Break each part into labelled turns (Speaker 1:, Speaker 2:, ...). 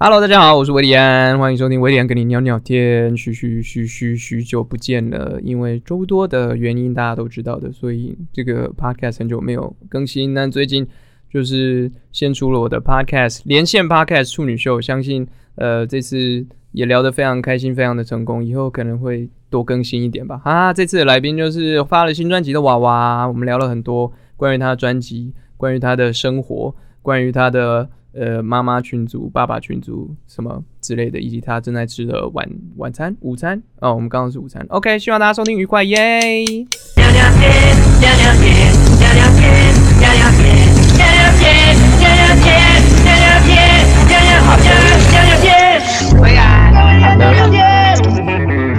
Speaker 1: Hello，大家好，我是维里安，欢迎收听维里安跟你聊聊天。许许许许许久不见了，因为周多的原因，大家都知道的，所以这个 podcast 很久没有更新。但最近就是先出了我的 podcast 连线 podcast 处女秀，相信呃这次也聊得非常开心，非常的成功，以后可能会多更新一点吧。啊，这次的来宾就是发了新专辑的娃娃，我们聊了很多关于他的专辑，关于他的生活，关于他的呃妈妈群组、爸爸群组什么之类的，以及他正在吃的晚晚餐、午餐哦，我们刚刚是午餐。OK，希望大家收听愉快，耶！
Speaker 2: 聊聊天，聊聊天，聊聊天，聊聊天，聊聊天，聊聊天，聊聊天，聊聊好天，聊聊天。回来，聊聊天。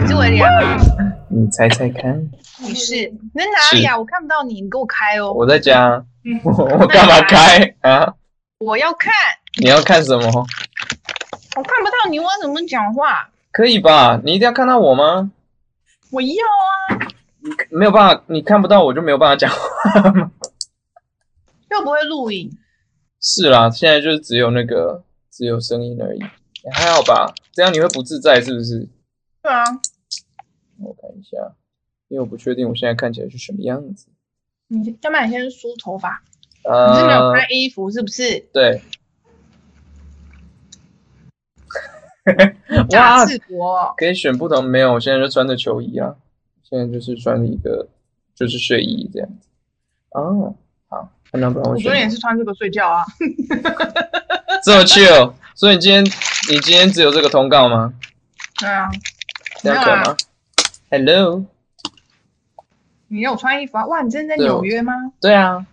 Speaker 2: 是维里安吗？
Speaker 1: 你猜猜看，
Speaker 2: 你是你在哪里啊？我看不到你，你给我开哦。
Speaker 1: 我在家，
Speaker 2: 嗯
Speaker 1: 我干嘛 开啊？
Speaker 2: 我要看，
Speaker 1: 你要看什么？
Speaker 2: 我看不到你，我怎么讲话？
Speaker 1: 可以吧？你一定要看到我吗？
Speaker 2: 我要啊，
Speaker 1: 没有办法，你看不到我就没有办法讲。
Speaker 2: 又不会录影。
Speaker 1: 是啦，现在就是只有那个只有声音而已，也还好吧？这样你会不自在是不是？
Speaker 2: 对啊，
Speaker 1: 我看一下，因为我不确定我现在看起来是什么样子。
Speaker 2: 你要不然你先梳头发。你是没有
Speaker 1: 呃，
Speaker 2: 穿衣服是不是？
Speaker 1: 对， 哇
Speaker 2: 大，赤国哦。
Speaker 1: 可以选不同，没有，我现在就穿着球衣啊，现在就是穿着一个就是睡衣这样子。哦，好，那不然
Speaker 2: 我
Speaker 1: 我
Speaker 2: 昨天也
Speaker 1: 选
Speaker 2: 是穿这个睡觉啊。
Speaker 1: 这么 chill，所以你今天你今天只有这个通告吗？
Speaker 2: 对啊，
Speaker 1: 这样可以吗？Hello，
Speaker 2: 你有穿衣服啊？哇，你真的在
Speaker 1: 对
Speaker 2: 纽
Speaker 1: 我
Speaker 2: 约吗？
Speaker 1: 对啊，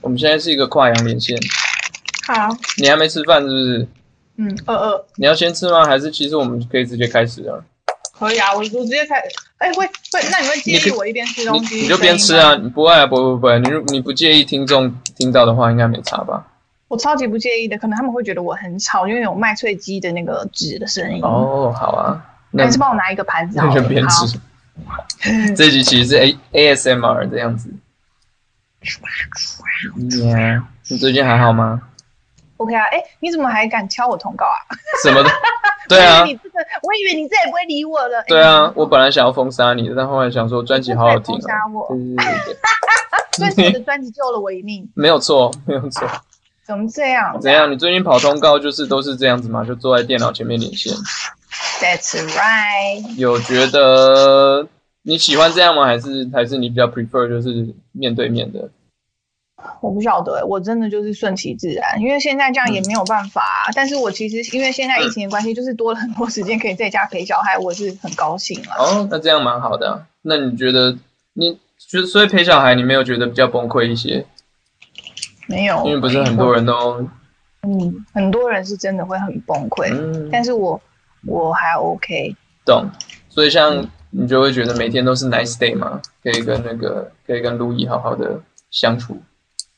Speaker 1: 我们现在是一个跨洋连线，
Speaker 2: 好，
Speaker 1: 你还没吃饭是不是？
Speaker 2: 嗯，二二
Speaker 1: 你要先吃吗？还是其实我们可以直接开始啊？
Speaker 2: 可以啊，我我直接开，哎、会会，那你会介
Speaker 1: 你可
Speaker 2: 意
Speaker 1: 以
Speaker 2: 我一边吃东西
Speaker 1: 你你就边吃啊，
Speaker 2: 声音吗？
Speaker 1: 你不爱不不不，你如你不介意听众听到的话，应该没差吧？
Speaker 2: 我超级不介意的，可能他们会觉得我很吵，因为有麦脆鸡的那个纸的声音。，
Speaker 1: 哦，好啊，那
Speaker 2: 还是帮我拿一个盘子好
Speaker 1: 那
Speaker 2: 了。
Speaker 1: 就边
Speaker 2: 好
Speaker 1: 吃。这一集其实是 A A S M R 这样子。Yeah，你最近还好吗？
Speaker 2: OK 啊，哎、你怎么还敢敲我通告啊？
Speaker 1: 什 么的？对啊
Speaker 2: 我以为，你这个，我以为你再也不会理我了。
Speaker 1: 对
Speaker 2: 哎
Speaker 1: 啊，我本来想要封杀你的，但后来想说专辑好好听
Speaker 2: 不可以封杀我
Speaker 1: 哦。 对对对对，
Speaker 2: 所以你的专辑救了我一命，
Speaker 1: 没有错，没有错。
Speaker 2: 怎么这样
Speaker 1: 怎样？你最近跑通告就是都是这样子嘛？就坐在电脑前面连线。
Speaker 2: ？That's right。
Speaker 1: 有觉得你喜欢这样吗？还是还是你比较 prefer 就是面对面的？
Speaker 2: 我不晓得，我真的就是顺其自然，因为现在这样
Speaker 1: 嗯
Speaker 2: 也没有办法、啊但是我其实因为现在疫情的关系，就是多了很多时间可以在家陪小孩，我是很高兴了。
Speaker 1: 哦，那这样蛮好的啊、那你觉得你就所以陪小孩，你没有觉得比较崩溃一些？
Speaker 2: 没有，
Speaker 1: 因为不是很多人都
Speaker 2: 嗯，很多人是真的会很崩溃，
Speaker 1: 嗯
Speaker 2: 哎但是我我还 OK。
Speaker 1: 懂，所以像你就会觉得每天都是 nice day 嘛，可以跟那个可以跟路易好好的相处。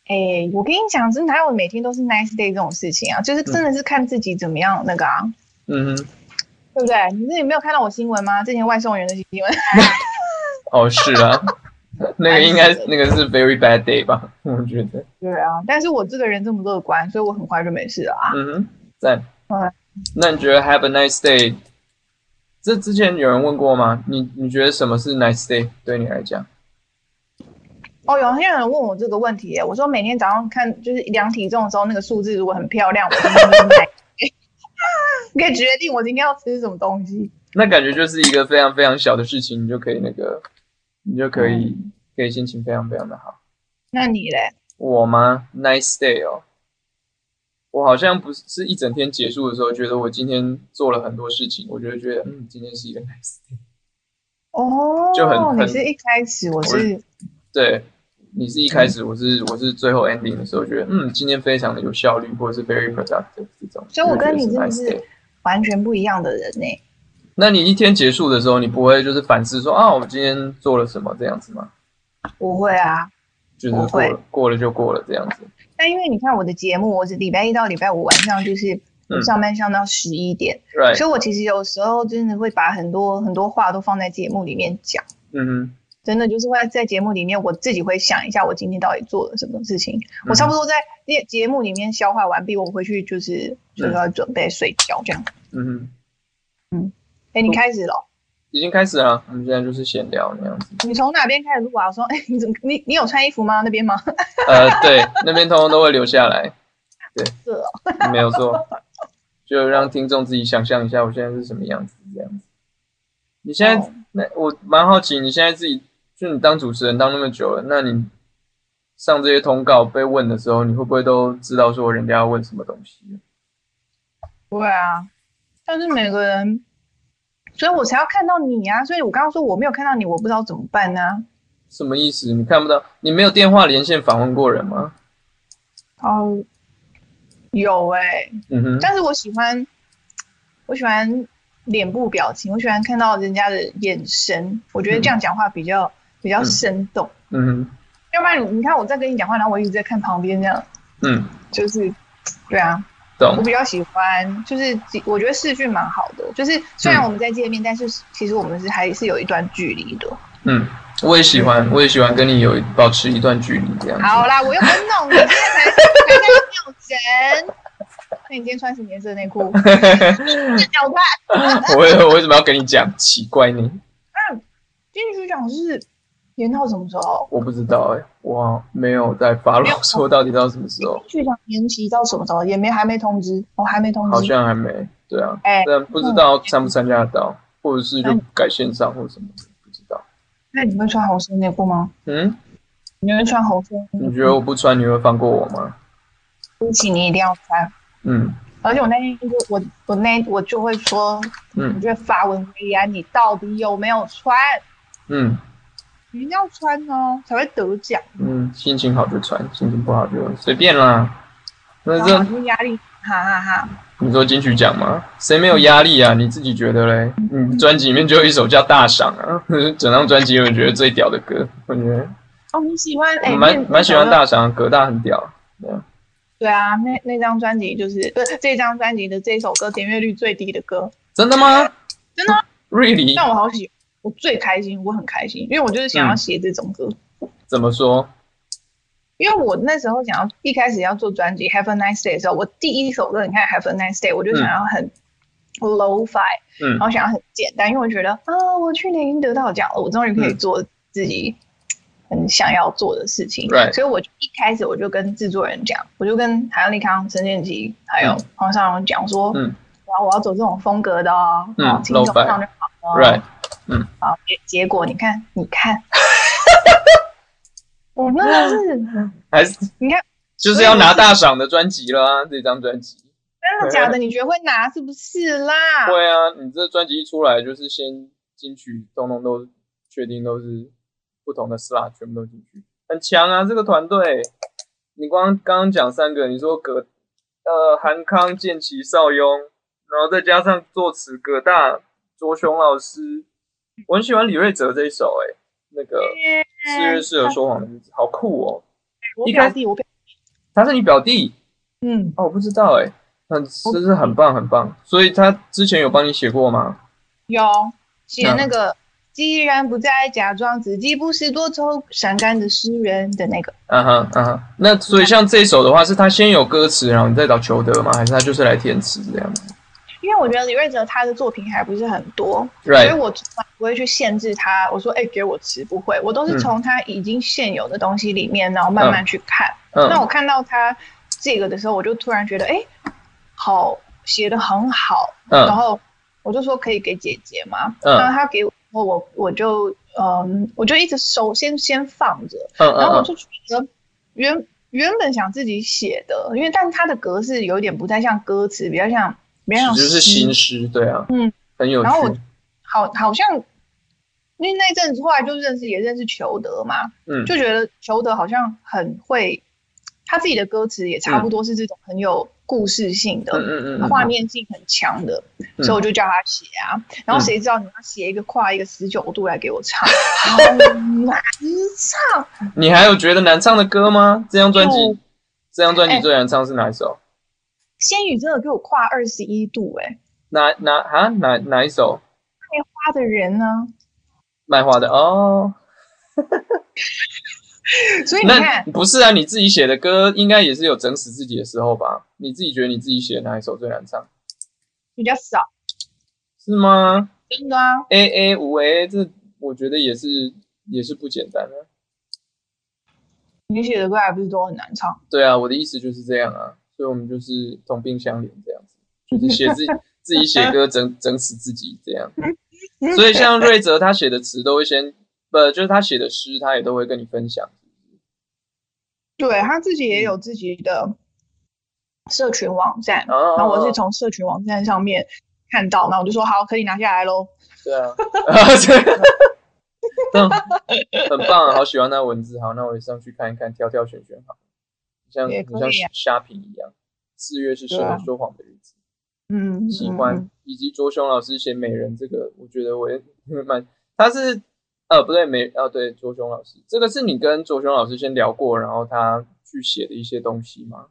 Speaker 2: 哎、我跟你讲，真的，哪有每天都是 nice day 这种事情啊？就是真的是看自己怎么样那个啊，
Speaker 1: 嗯哼，
Speaker 2: 对不对？你自己没有看到我新闻吗？之前外送员的新闻，
Speaker 1: 哦是啊， 那个应该那个是 very bad day 吧，我觉得。
Speaker 2: 对啊。但是我这个人这么乐观，所以我很快就没事了啊。
Speaker 1: 嗯哼，赞
Speaker 2: 嗯。
Speaker 1: 那你觉得 Have a nice day？这之前有人问过吗？你你觉得什么是 nice day 对你来讲？
Speaker 2: 哦，有些人问我这个问题耶，我说每天早上看就是量体重的时候，那个数字如果很漂亮，我今天就是 nice day 可以决定我今天要吃什么东西。
Speaker 1: 那感觉就是一个非常非常小的事情，你就可以那个，你就可以、
Speaker 2: 嗯
Speaker 1: 可以心情非常非常的好。
Speaker 2: 那你嘞？
Speaker 1: 我吗？Nice day 哦，我好像不是是一整天结束的时候，觉得我今天做了很多事情，我就会觉得嗯，今天是一个 nice day。
Speaker 2: 哦，
Speaker 1: 就很
Speaker 2: 你
Speaker 1: 很
Speaker 2: 是一开始我是
Speaker 1: 对，你是一开
Speaker 2: 嗯
Speaker 1: 始，我是我是最后 ending 的时候觉得嗯，今天非常的有效率，或者是 very productive 这种。
Speaker 2: 所以我跟你
Speaker 1: 就觉得
Speaker 2: 真
Speaker 1: nice
Speaker 2: 的
Speaker 1: day
Speaker 2: 是。完全不一样的人呢、
Speaker 1: 那你一天结束的时候，你不会就是反思说啊，我今天做了什么这样子吗？
Speaker 2: 我会啊，
Speaker 1: 就是
Speaker 2: 不
Speaker 1: 过
Speaker 2: 会
Speaker 1: 了，过了就过了这样子。
Speaker 2: 但因为你看我的节目，我是礼拜一到礼拜五晚上就是
Speaker 1: 嗯
Speaker 2: 上班上到十一点，
Speaker 1: Right，
Speaker 2: 所以我其实有时候真的会把很多很多话都放在节目里面讲。
Speaker 1: 嗯哼，
Speaker 2: 真的就是会在节目里面，我自己会想一下我今天到底做了什么事情。我
Speaker 1: 嗯
Speaker 2: 差不多在节节目里面消化完毕，我回去就是就是要准备睡觉这样。
Speaker 1: 嗯哼，
Speaker 2: 哎、你开始了，
Speaker 1: 已经开始了，啊我们现在就是闲聊那样子。
Speaker 2: 你从哪边开始录啊？我说，哎、你怎么你你有穿衣服吗？那边吗？
Speaker 1: 呃，对，那边通通都会留下来，
Speaker 2: 是哦，
Speaker 1: 没有错，就让听众自己想象一下我现在是什么样子，这样子。你现在、
Speaker 2: 哦
Speaker 1: 那我蛮好奇，你现在自己就你当主持人当那么久了，那你上这些通告被问的时候，你会不会都知道说人家要问什么东西？
Speaker 2: 不会啊，但是每个人，所以我才要看到你啊。所以我刚刚说我没有看到你，我不知道怎么办呢、
Speaker 1: 什么意思？你看不到？你没有电话连线访问过人吗？
Speaker 2: 哦，有哎、
Speaker 1: 嗯哼，
Speaker 2: 但是我喜欢，我喜欢脸部表情，我喜欢看到人家的眼神，我觉得这样讲话比较、比较生动。
Speaker 1: 嗯哼，
Speaker 2: 要不然你你看我在跟你讲话，然后我一直在看旁边，这样
Speaker 1: 嗯，
Speaker 2: 就是，对啊，我
Speaker 1: 懂。
Speaker 2: 比较喜欢，就是我觉得视讯蛮好的，就是虽然我们在见面，但是其实我们是还是有一段距离的。
Speaker 1: 嗯，我也喜欢，我也喜欢跟你有保持一段距离这样子。
Speaker 2: 好啦，我又不弄你，今天才才在尿神。那你今天穿什么颜色的内裤？脚 快。
Speaker 1: 我为我为什么要跟你讲？奇怪呢，
Speaker 2: 金曲奖是延到什么时候？
Speaker 1: 我不知道哎、我没有在发
Speaker 2: 没
Speaker 1: 牢
Speaker 2: 有
Speaker 1: 说到底到什么时候，
Speaker 2: 金曲奖延期到什么时候？也没还没通知，我、还没通
Speaker 1: 好
Speaker 2: 知。
Speaker 1: 像还没。对啊，
Speaker 2: 哎嗯
Speaker 1: 但不知道参不参加得到，或者是就改线上或什么的，不知道。
Speaker 2: 那你会穿红色内裤吗？
Speaker 1: 嗯，
Speaker 2: 你会穿红色内裤？
Speaker 1: 你觉得我不穿你会放过我吗？
Speaker 2: 对不起，你一定要穿。
Speaker 1: 嗯
Speaker 2: 而且我那天就我我那我就会说，我
Speaker 1: 嗯
Speaker 2: 就会发文威安，你到底有没有穿？
Speaker 1: 嗯
Speaker 2: 你一定要穿哦，才会得奖。
Speaker 1: 嗯，心情好就穿，心情不好就随便啦。那这
Speaker 2: 然后压力，哈哈哈
Speaker 1: 你说金曲奖吗？谁没有压力啊？你自己觉得嘞？你专辑里面就有一首叫《大赏》啊， 整张专辑我觉得最屌的歌，我觉得。
Speaker 2: 哦，你喜欢？
Speaker 1: 我
Speaker 2: 哎、那
Speaker 1: 蛮蛮喜欢。
Speaker 2: 那首歌
Speaker 1: 大赏，葛大很屌。
Speaker 2: 对啊，那那张专辑就是不是这张专辑的这首歌点阅率最低的歌，
Speaker 1: 真的吗？
Speaker 2: 真的啊
Speaker 1: ？Really？
Speaker 2: 但我好喜，我最开心，我很开心，因为我就是想
Speaker 1: 嗯
Speaker 2: 要写这种歌，
Speaker 1: 怎么说？
Speaker 2: 因为我那时候想要一开始要做专辑《Have a Nice Day》的时候，我第一首歌你看《Have a Nice Day》，我就想要很 low fi，、
Speaker 1: 嗯
Speaker 2: 然后想要很简单，因为我觉得啊，我去年已经得到奖了，我终于可以
Speaker 1: 嗯
Speaker 2: 做自己很想要做的事情，
Speaker 1: Right
Speaker 2: 所以我就一开始我就跟制作人讲，我就跟韩立康、陈建奇还有
Speaker 1: 嗯
Speaker 2: 黄尚荣讲说，
Speaker 1: 嗯
Speaker 2: 然后我要走这种风格的哦，
Speaker 1: 嗯
Speaker 2: 然后轻松
Speaker 1: lo-fi
Speaker 2: 唱就好了。
Speaker 1: Right
Speaker 2: 好，结结果你看，你 看，我那是
Speaker 1: 还是
Speaker 2: 你看
Speaker 1: 就是要拿大赏的专辑了啊？这张专辑。
Speaker 2: 真的假的？你觉得会拿是不是啦？
Speaker 1: 对啊，你这专辑一出来，就是先金曲，通通都确定都是不同的 slot，全部都进去，很强啊！这个团队，你光刚刚讲三个，你说葛呃韩康、剑奇、邵雍，然后再加上作词葛大、卓雄老师，我很喜欢李瑞哲这一首、欸，哎，那个四月适合说谎的日子，好酷哦！
Speaker 2: 我
Speaker 1: 一开
Speaker 2: 表弟，我表
Speaker 1: 他是你表弟
Speaker 2: 嗯，
Speaker 1: 哦，我不知道哎、欸，很真是很棒很棒，所以他之前有帮你写过吗？
Speaker 2: 有写
Speaker 1: 嗯
Speaker 2: 那个“既然不再假装自己不是多愁善感的诗人”的那个，
Speaker 1: 嗯哼，嗯哼，那所以像这一首的话，是他先有歌词，然后你再找裘德吗？还是他就是来填词这样子
Speaker 2: 因为我觉得李瑞哲他的作品还不是很多，所以
Speaker 1: ？Right，
Speaker 2: 我从来不会去限制他。我说，哎、给我词不会，我都
Speaker 1: 嗯
Speaker 2: 是从他已经现有的东西里面，然后慢慢去看。那我
Speaker 1: 嗯
Speaker 2: 看到他这个的时候，我就突然觉得，哎、好写的很好。然
Speaker 1: 嗯
Speaker 2: 后我就说可以给姐姐嘛，
Speaker 1: 嗯
Speaker 2: 然后他给我，我我就嗯，我就一直收，先先放着。
Speaker 1: 嗯
Speaker 2: 然后我
Speaker 1: 嗯
Speaker 2: 就觉得原原本想自己写的，因为但它的格式有点不太像歌词，比较像比较
Speaker 1: 嗯，
Speaker 2: 像
Speaker 1: 就是
Speaker 2: 诗
Speaker 1: 新诗，对啊，
Speaker 2: 嗯，
Speaker 1: 很有
Speaker 2: 然后我
Speaker 1: 趣，
Speaker 2: 好，好像因为那一阵子后来就认识也认识裘德嘛，
Speaker 1: 嗯
Speaker 2: 就觉得裘德好像很会，他自己的歌词也差不多是这种很有故事性
Speaker 1: 嗯
Speaker 2: 的，
Speaker 1: 嗯嗯嗯，
Speaker 2: 画面性很强的，
Speaker 1: 嗯
Speaker 2: 所以我就叫他写啊。然后谁知道你要写一个跨一个十九度来给我 唱，好难唱。
Speaker 1: 你还有觉得难唱的歌吗？这张专辑
Speaker 2: 有，
Speaker 1: 这张专辑
Speaker 2: 哎
Speaker 1: 最难唱是哪一首？
Speaker 2: 仙女真的给我跨二十一度、欸，哎，
Speaker 1: 哪哪啊哪哪一首？
Speaker 2: 他的人呢？
Speaker 1: 卖花的哦，
Speaker 2: 所以你
Speaker 1: 那
Speaker 2: 看，
Speaker 1: 不是啊，你自己写的歌应该也是有整死自己的时候吧？你自己觉得你自己写哪一首最难唱？
Speaker 2: 比较少，
Speaker 1: 是吗
Speaker 2: 真的啊，
Speaker 1: ？A A 五 A，这我觉得也是也是不简单啊的、
Speaker 2: 你写的歌还不是都很难唱？
Speaker 1: 对啊，我的意思就是这样啊，所以我们就是同病相怜这样子，就是写自己自己写歌整整死自己这样。 所以像瑞泽他写的词都会先，不就是他写的诗，他也都会跟你分享。
Speaker 2: 对他自己也有自己的社群网站，
Speaker 1: 哦
Speaker 2: 然后我是从社群网站上面看到，然后我就说好，可以拿下来喽。
Speaker 1: 对 啊，对，很棒啊，好喜欢那文字。好，那我也上去看一看，挑挑选选好了，像
Speaker 2: 也
Speaker 1: 你
Speaker 2: 可以啊
Speaker 1: 像虾皮一样。四月是适
Speaker 2: 对
Speaker 1: 合
Speaker 2: 啊
Speaker 1: 说谎的日子，
Speaker 2: 嗯，
Speaker 1: 喜
Speaker 2: 嗯
Speaker 1: 欢
Speaker 2: 嗯
Speaker 1: 以及卓雄老师写美人这个，我觉得我也 蛮，他是呃不对美啊对卓雄老师，这个是你跟卓雄老师先聊过，然后他去写的一些东西吗？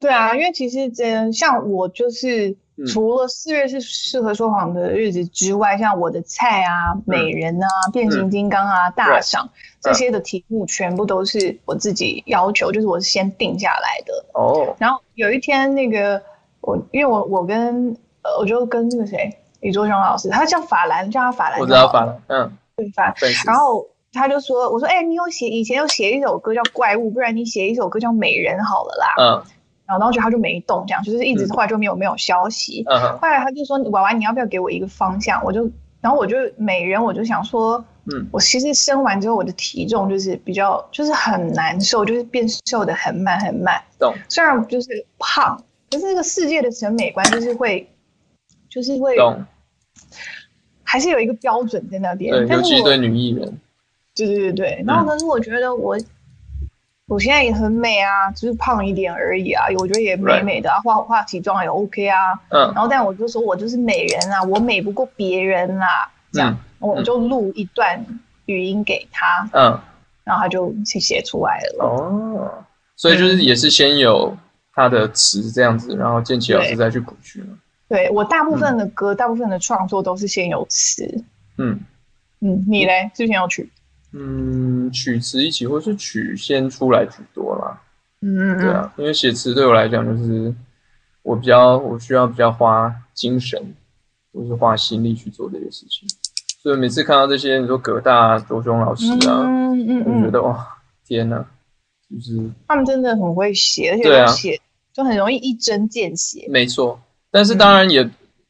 Speaker 2: 对啊，因为其实真像我就是
Speaker 1: 嗯
Speaker 2: 除了四月是适合说谎的日子之外，像我的菜啊、
Speaker 1: 嗯
Speaker 2: 美人啊、变形金刚啊、大赏这些的题目，全部都是我自己要求，就是我是先定下来的。
Speaker 1: 哦，
Speaker 2: 然后有一天，那个我因为我我跟呃我就跟那个谁李卓雄老师，他叫法兰，叫他法兰就
Speaker 1: 我
Speaker 2: 好了，
Speaker 1: 知道法兰，嗯，
Speaker 2: 对法兰。
Speaker 1: 粉丝
Speaker 2: 然后他就说，我说哎、你有写以前有写一首歌叫怪物，不然你写一首歌叫美人好了啦。
Speaker 1: 嗯
Speaker 2: 然后然后就他就没动，这样就是一直
Speaker 1: 嗯
Speaker 2: 后来就没有没有消息。
Speaker 1: 嗯嗯
Speaker 2: 后来他就说：“娃娃，你要不要给我一个方向？”我就，然后我就每人我就想说，
Speaker 1: 嗯
Speaker 2: 我其实生完之后我的体重就是比较就是很难受，就是变瘦的很慢很慢。
Speaker 1: 懂
Speaker 2: 虽然就是胖，可是这个世界的审美观就是会，就是会
Speaker 1: 懂，
Speaker 2: 还是有一个标准在那边
Speaker 1: 对，。尤
Speaker 2: 但是
Speaker 1: 其
Speaker 2: 我
Speaker 1: 对嗯女艺人，
Speaker 2: 对对对对，然后可是我觉得我、我现在也很美啊，只是胖一点而已啊，我觉得也美
Speaker 1: Right
Speaker 2: 美的啊，化化起妆也 OK 啊。
Speaker 1: 嗯
Speaker 2: 然后但我就说我就是美人啊，我美不过别人啦、这样、
Speaker 1: 嗯
Speaker 2: 我就录一段语音给他，
Speaker 1: 嗯。
Speaker 2: 然后他就写写出来了。
Speaker 1: 哦，所以
Speaker 2: 嗯
Speaker 1: 就是也是先有他的词这样子，然后建奇老师再去谱曲嘛。
Speaker 2: 对我大部分的歌，大部分的创作都是先有词。
Speaker 1: 嗯
Speaker 2: 嗯，你嘞是不是先有曲？
Speaker 1: 嗯，曲词一起或是曲先出来居多啦。
Speaker 2: 嗯嗯
Speaker 1: 对啊，因为写词对我来讲就是我比较我需要比较花精神或是花心力去做这些事情，所以每次看到这些你说葛大、卓雄老师
Speaker 2: 嗯
Speaker 1: 啊，
Speaker 2: 嗯嗯
Speaker 1: 我觉
Speaker 2: 嗯，
Speaker 1: 得哇天哪，就是
Speaker 2: 他们真的很会写，而且
Speaker 1: 对啊
Speaker 2: 都写、就很容易一针见血。
Speaker 1: 没错，
Speaker 2: 嗯
Speaker 1: 但是当然也、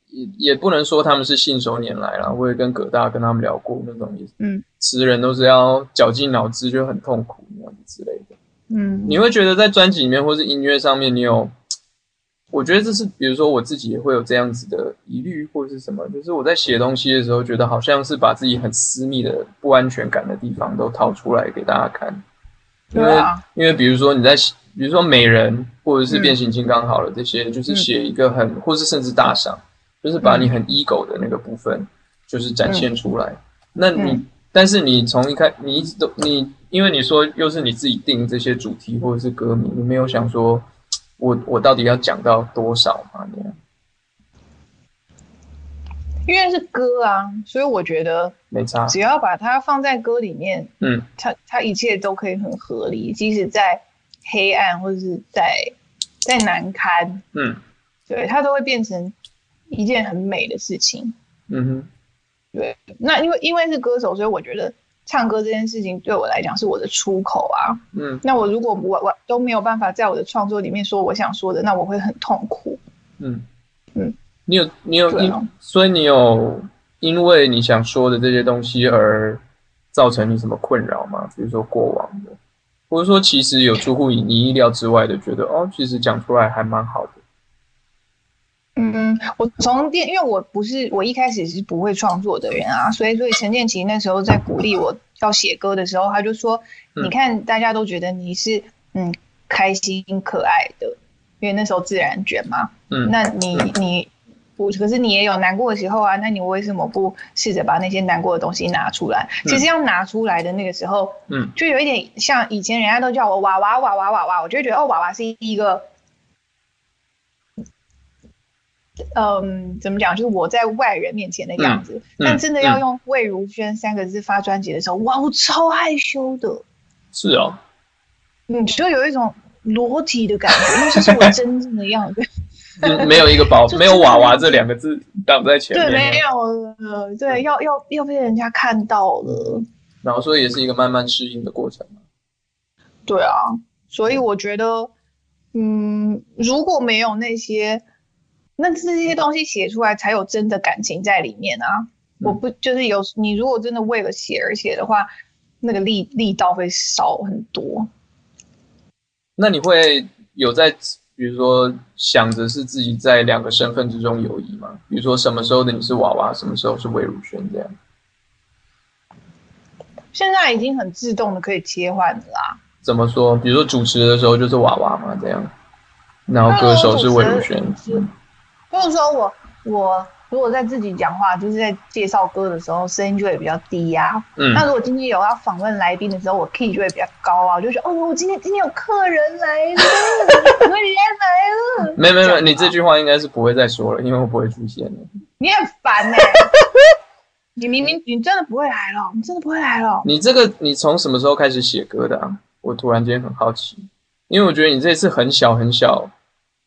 Speaker 1: 也也不能说他们是信手拈来啦。我也跟葛大跟他们聊过那种也，
Speaker 2: 嗯，
Speaker 1: 词人都是要绞尽脑汁，就很痛苦那样子之类的。
Speaker 2: 嗯，
Speaker 1: 你会觉得在专辑里面或是音乐上面，你有，我觉得这是比如说我自己也会有这样子的疑虑或是什么，就是我在写东西的时候，觉得好像是把自己很私密的不安全感的地方都掏出来给大家看。因
Speaker 2: 对
Speaker 1: 为
Speaker 2: 啊
Speaker 1: 因为比如说你在写，比如说美人或者是
Speaker 2: 嗯
Speaker 1: 变形金刚好了，这些就是写一个很，或是甚至大赏，就是把
Speaker 2: 嗯
Speaker 1: 你很 ego 的那个部分，就是展现出来。那你、
Speaker 2: 嗯
Speaker 1: 但是你从一开，你一直都你，因为你说又是你自己定这些主题或者是歌名，你没有想说，我我到底要讲到多少嘛？那样
Speaker 2: 因为是歌啊，所以我觉得
Speaker 1: 没差，
Speaker 2: 只要把它放在歌里面，
Speaker 1: 嗯，
Speaker 2: 它它一切都可以很合理，即使在黑暗或者是在在难堪，
Speaker 1: 嗯
Speaker 2: 对它都会变成一件很美的事情。
Speaker 1: 嗯哼，
Speaker 2: 对，那因为因为是歌手，所以我觉得唱歌这件事情对我来讲是我的出口啊。
Speaker 1: 嗯
Speaker 2: 那我如果我我都没有办法在我的创作里面说我想说的，那我会很痛苦。
Speaker 1: 嗯
Speaker 2: 嗯，
Speaker 1: 你有你有
Speaker 2: 对啊
Speaker 1: 因，所以你有因为你想说的这些东西而造成你什么困扰吗？比如说过往的，或者说其实有出乎你意料之外的，觉得哦，其实讲出来还蛮好的。
Speaker 2: 嗯，我从电，因为我不是我一开始是不会创作的人啊，所以所以陈建奇那时候在鼓励我要写歌的时候，他就说：“
Speaker 1: 嗯
Speaker 2: 你看，大家都觉得你是嗯开心可爱的，因为那时候自然卷嘛。
Speaker 1: 嗯
Speaker 2: 那你你我可是你也有难过的时候啊，那你为什么不试着把那些难过的东西拿出来？其实要拿出来的那个时候，
Speaker 1: 嗯，
Speaker 2: 就有一点像以前人家都叫我娃娃娃娃娃娃，我就会觉得哦，娃娃是一个嗯，怎么讲？就是我在外人面前的样子。
Speaker 1: 嗯嗯
Speaker 2: 但真的要用魏如萱三个字发专辑的时候，哇，我超害羞的。
Speaker 1: 是哦，
Speaker 2: 嗯，就有一种裸体的感 觉，因为这是我真正的样子。
Speaker 1: 嗯没有一个宝，
Speaker 2: 就
Speaker 1: 没有
Speaker 2: 真的
Speaker 1: 娃娃这两个字挡在前
Speaker 2: 对，没
Speaker 1: 面，
Speaker 2: 有呃，对，要要要被人家看到了。
Speaker 1: 然后所以也是一个慢慢适应的过程。
Speaker 2: 对啊，所以我觉得，嗯，如果没有那些，那这些东西写出来才有真的感情在里面啊。
Speaker 1: 嗯
Speaker 2: 我不就是有你如果真的为了写而写的话，那个力力道会少很多。
Speaker 1: 那你会有在，比如说想着是自己在两个身份之中游移吗？比如说什么时候的你是娃娃，什么时候是魏如萱这样？
Speaker 2: 现在已经很自动的可以切换了啦。
Speaker 1: 怎么说？比如说主持的时候就是娃娃嘛，这样，然后歌手是魏如萱，嗯
Speaker 2: 就是说我我如果在自己讲话，就是在介绍歌的时候，声音就会比较低呀、
Speaker 1: 嗯
Speaker 2: 那如果今天有要访问来宾的时候，我 key 就会比较高啊，我就觉得哦，我今天今天有客人来了，我人来嗯了，
Speaker 1: 没有没有没有，
Speaker 2: 这样
Speaker 1: 你这句话应该是不会再说了，因为我不会出现了。
Speaker 2: 你很 烦呢、你明明你真的不会来了，你真的不会来了。
Speaker 1: 你这个你从什么时候开始写歌的啊？我突然间很好奇，因为我觉得你这次很小很小，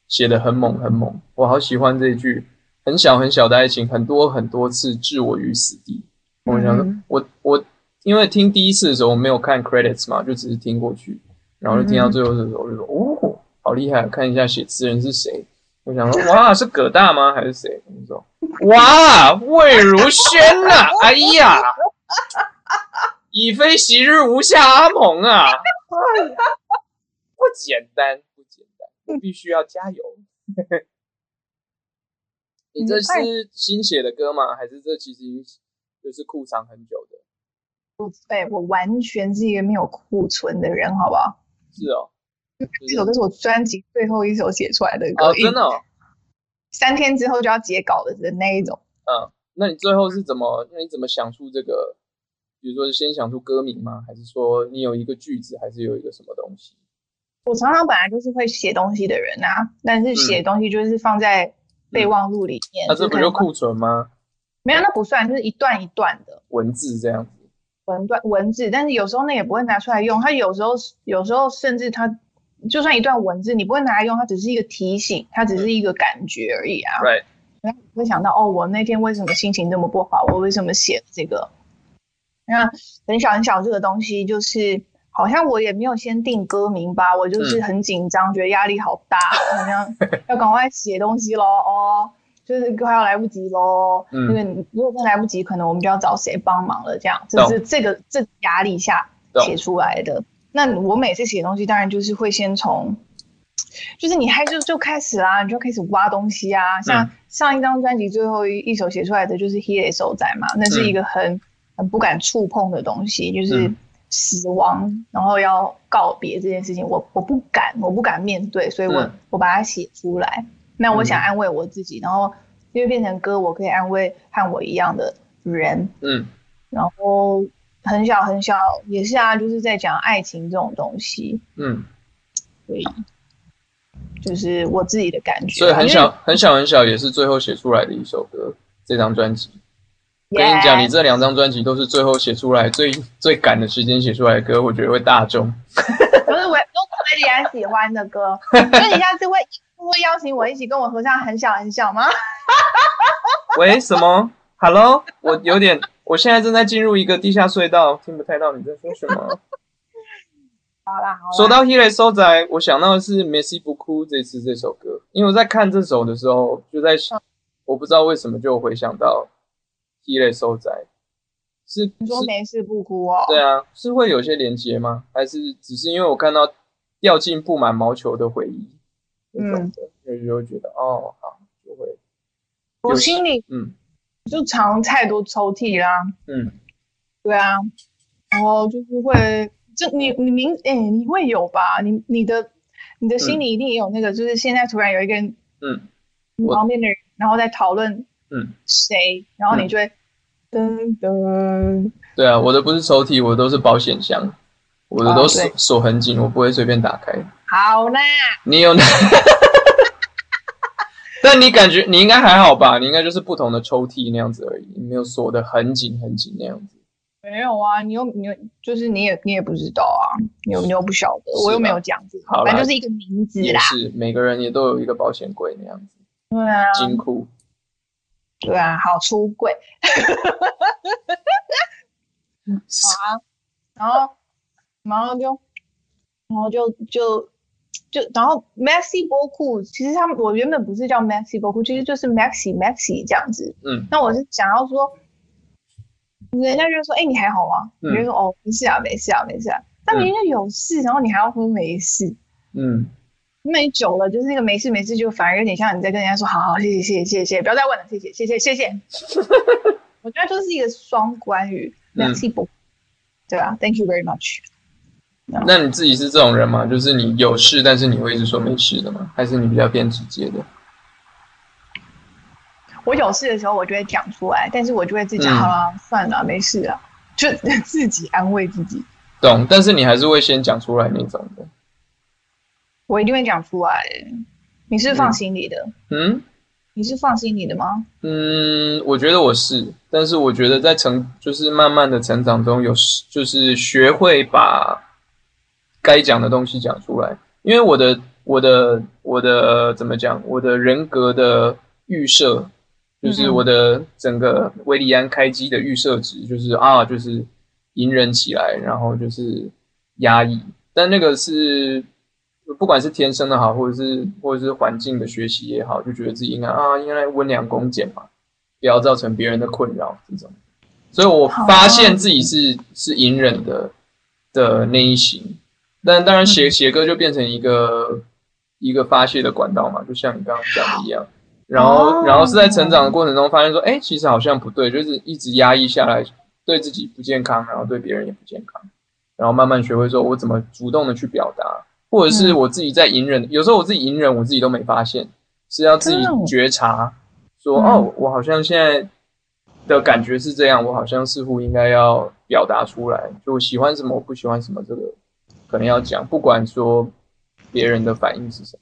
Speaker 1: 写的很猛很猛，我好喜欢这一句“很小很小的爱情，很多很多次置我于死地”。我想说
Speaker 2: 嗯，
Speaker 1: 我我因为听第一次的时候我没有看 credits 嘛，就只是听过去，然后就听到最后的时候我就说，哦，好厉害！看一下写词人是谁。我想说，哇，是葛大吗？还是谁？我说，哇，魏如萱呐、哎呀！以非昔日无下阿蒙啊！不简单，不简单，必须要加油。 你这是新写的歌吗？还是这其实已经就是库藏很久的？
Speaker 2: 哎、我完全是一个没有库存的人，好不好？
Speaker 1: 是哦，就是
Speaker 2: 这首歌是我专辑最后一首写出来的歌，
Speaker 1: 哦，真的、哦。
Speaker 2: 三天之后就要截稿的的那一种。
Speaker 1: 那你最后是怎么？那你怎么想出这个？比如说，先想出歌名吗？还是说你有一个句子，还是有一个什么东西？
Speaker 2: 我常常本来就是会写东西的人啊，但是写东西就是放在备忘录里面，
Speaker 1: 嗯那、这不
Speaker 2: 可
Speaker 1: 就
Speaker 2: 能
Speaker 1: 库存吗？
Speaker 2: 没有那不算，就是一段一段的
Speaker 1: 文字这样子。
Speaker 2: 文段文字，但是有时候那也不会拿出来用，它有时候有时候甚至它就算一段文字，你不会拿来用，它只是一个提醒，它只是一个感觉而已啊。
Speaker 1: Right，
Speaker 2: 然后你会想到哦，我那天为什么心情这么不好？我为什么写这个？那很小很小这个东西，就是好像我也没有先定歌名吧，我
Speaker 1: 嗯
Speaker 2: 就是很紧张，觉得压力好大，好像要赶快写东西喽，哦，就是快要来不及喽。
Speaker 1: 嗯
Speaker 2: 因为你如果真的来不及，可能我们就要找谁帮忙了。这样，这
Speaker 1: 懂
Speaker 2: 是这个这个压力下
Speaker 1: 懂
Speaker 2: 写出来的。那我每次写东西，当然就是会先从就是你还就就开始啦，你就开始挖东西啊。像
Speaker 1: 嗯
Speaker 2: 上一张专辑最后一一首写出来的就是《Here Is 仔》嘛，那是一个很、很不敢触碰的东西，就是
Speaker 1: 嗯
Speaker 2: 死亡，然后要告别这件事情，我我不敢，我不敢面对，所以我、
Speaker 1: 嗯
Speaker 2: 我把它写出来。那我想
Speaker 1: 嗯
Speaker 2: 安慰我自己，然后因为变成歌，我可以安慰和我一样的人，
Speaker 1: 嗯
Speaker 2: 然后很小很小也是啊，就是在讲爱情这种东西。
Speaker 1: 嗯，
Speaker 2: 所以就是我自己的感觉啊。
Speaker 1: 所以很
Speaker 2: 因
Speaker 1: 小
Speaker 2: 为
Speaker 1: 很小很小也是最后写出来的一首歌，这张专辑。
Speaker 2: Yeah
Speaker 1: 跟你讲，你这两张专辑都是最后写出来最最赶的时间写出来的歌，我觉得会大众。
Speaker 2: 不是我，都是维里安喜欢的歌。 所以你下次会会邀请我一起跟我合唱《很小很小》吗？
Speaker 1: 喂，什么？Hello，我有点，我现在正在进入一个地下隧道，听不太到你在说什么。
Speaker 2: 好啦好啦，
Speaker 1: 说到 h e l e 收宅，我想到的是 Messi 不哭这次这首歌，因为我在看这首的时候，就在
Speaker 2: 嗯
Speaker 1: 想，我不知道为什么就回想到 h e l e 收宅，是
Speaker 2: 你说
Speaker 1: 是
Speaker 2: 没事不哭哦。
Speaker 1: 对啊，是会有些连接吗？还是只是因为我看到掉进布满毛球的回忆，
Speaker 2: 嗯
Speaker 1: 那种的，就就会觉得哦，好，就会，
Speaker 2: 我心里
Speaker 1: 嗯
Speaker 2: 就藏太多抽屉啦。
Speaker 1: 嗯，
Speaker 2: 对啊，然后就是会，就你你明哎、你会有吧？你你的你的心里一定也有那个，就是现在突然有一个人，
Speaker 1: 嗯，
Speaker 2: 你
Speaker 1: 我
Speaker 2: 旁边的人，然后在讨论，
Speaker 1: 嗯，
Speaker 2: 谁，然后你就会噔噔，
Speaker 1: 对啊，我的不是抽屉，我的都是保险箱，我的都
Speaker 2: 哦
Speaker 1: 锁
Speaker 2: 对
Speaker 1: 锁很紧，我不会随便打开。
Speaker 2: 好啦，
Speaker 1: 你有那？ 但你感觉你应该还好吧？你应该就是不同的抽屉那样子而已，你没有锁的很紧很紧那样子。
Speaker 2: 没有啊，你又你又就是你也你也不知道啊，你又你又不晓得，
Speaker 1: 是啊
Speaker 2: 我又没有讲这个
Speaker 1: 好啦，
Speaker 2: 反正就是一个名字
Speaker 1: 也
Speaker 2: 啦。
Speaker 1: 是每个人也都有一个保险柜那样子，
Speaker 2: 对啊，
Speaker 1: 金库。
Speaker 2: 对啊，好出柜。好啊，然后然后就然后就就就然后 Maxi 波库，其实他们我原本不是叫 Maxi 波库，其实就是 Maxi Maxi 这样子。
Speaker 1: 嗯，
Speaker 2: 那我是想要说，人家就说，哎、你还好吗？
Speaker 1: 嗯
Speaker 2: 你就说，哦，没事啊，没事啊，没事啊。但
Speaker 1: 嗯
Speaker 2: 明明就有事，然后你还要说没事。
Speaker 1: 嗯，
Speaker 2: 没久了，就是那个没事没事，就反而有点像你在跟人家说，好好，谢谢谢谢谢谢，不要再问了，谢谢谢谢谢谢。我觉得就是一个双关语
Speaker 1: 嗯
Speaker 2: ，merci b e a u 对啊，thank you very much。
Speaker 1: 那你自己是这种人吗？就是你有事，但是你会一直说没事的吗？还是你比较偏直接的？
Speaker 2: 我有事的时候，我就会讲出来，但是我就会自己
Speaker 1: 嗯
Speaker 2: 好了，算了，没事了，就 自己安慰自己。
Speaker 1: 懂，但是你还是会先讲出来那种的。
Speaker 2: 我一定会讲出来，你是放心里的，
Speaker 1: 嗯
Speaker 2: 你是放心里的吗？
Speaker 1: 嗯，我觉得我是，但是我觉得在成就是慢慢的成长中有，就是学会把该讲的东西讲出来，因为我的我的我的怎么讲，我的人格的预设，就是
Speaker 2: 嗯
Speaker 1: 我的整个维利安开机的预设值，就是啊，就是隐忍起来，然后就是压抑，但那个是不管是天生的好，或者是或者是环境的学习也好，就觉得自己应该啊，应该温良恭俭嘛，不要造成别人的困扰这种。所以我发现自己是是隐忍的的那一型，但当然写写歌就变成一个一个发泄的管道嘛，就像你刚刚讲的一样。然后，然后是在成长的过程中发现说，哎，其实好像不对，就是一直压抑下来，对自己不健康，然后对别人也不健康。然后慢慢学会说我怎么主动的去表达，或者是我自己在隐忍，有时候我自己隐忍，我自己都没发现，是要自己觉察，说、
Speaker 2: 嗯
Speaker 1: 哦，我好像现在的感觉是这样，我好像似乎应该要表达出来，就我喜欢什么，我不喜欢什么，这个可能要讲，不管说别人的反应是什么。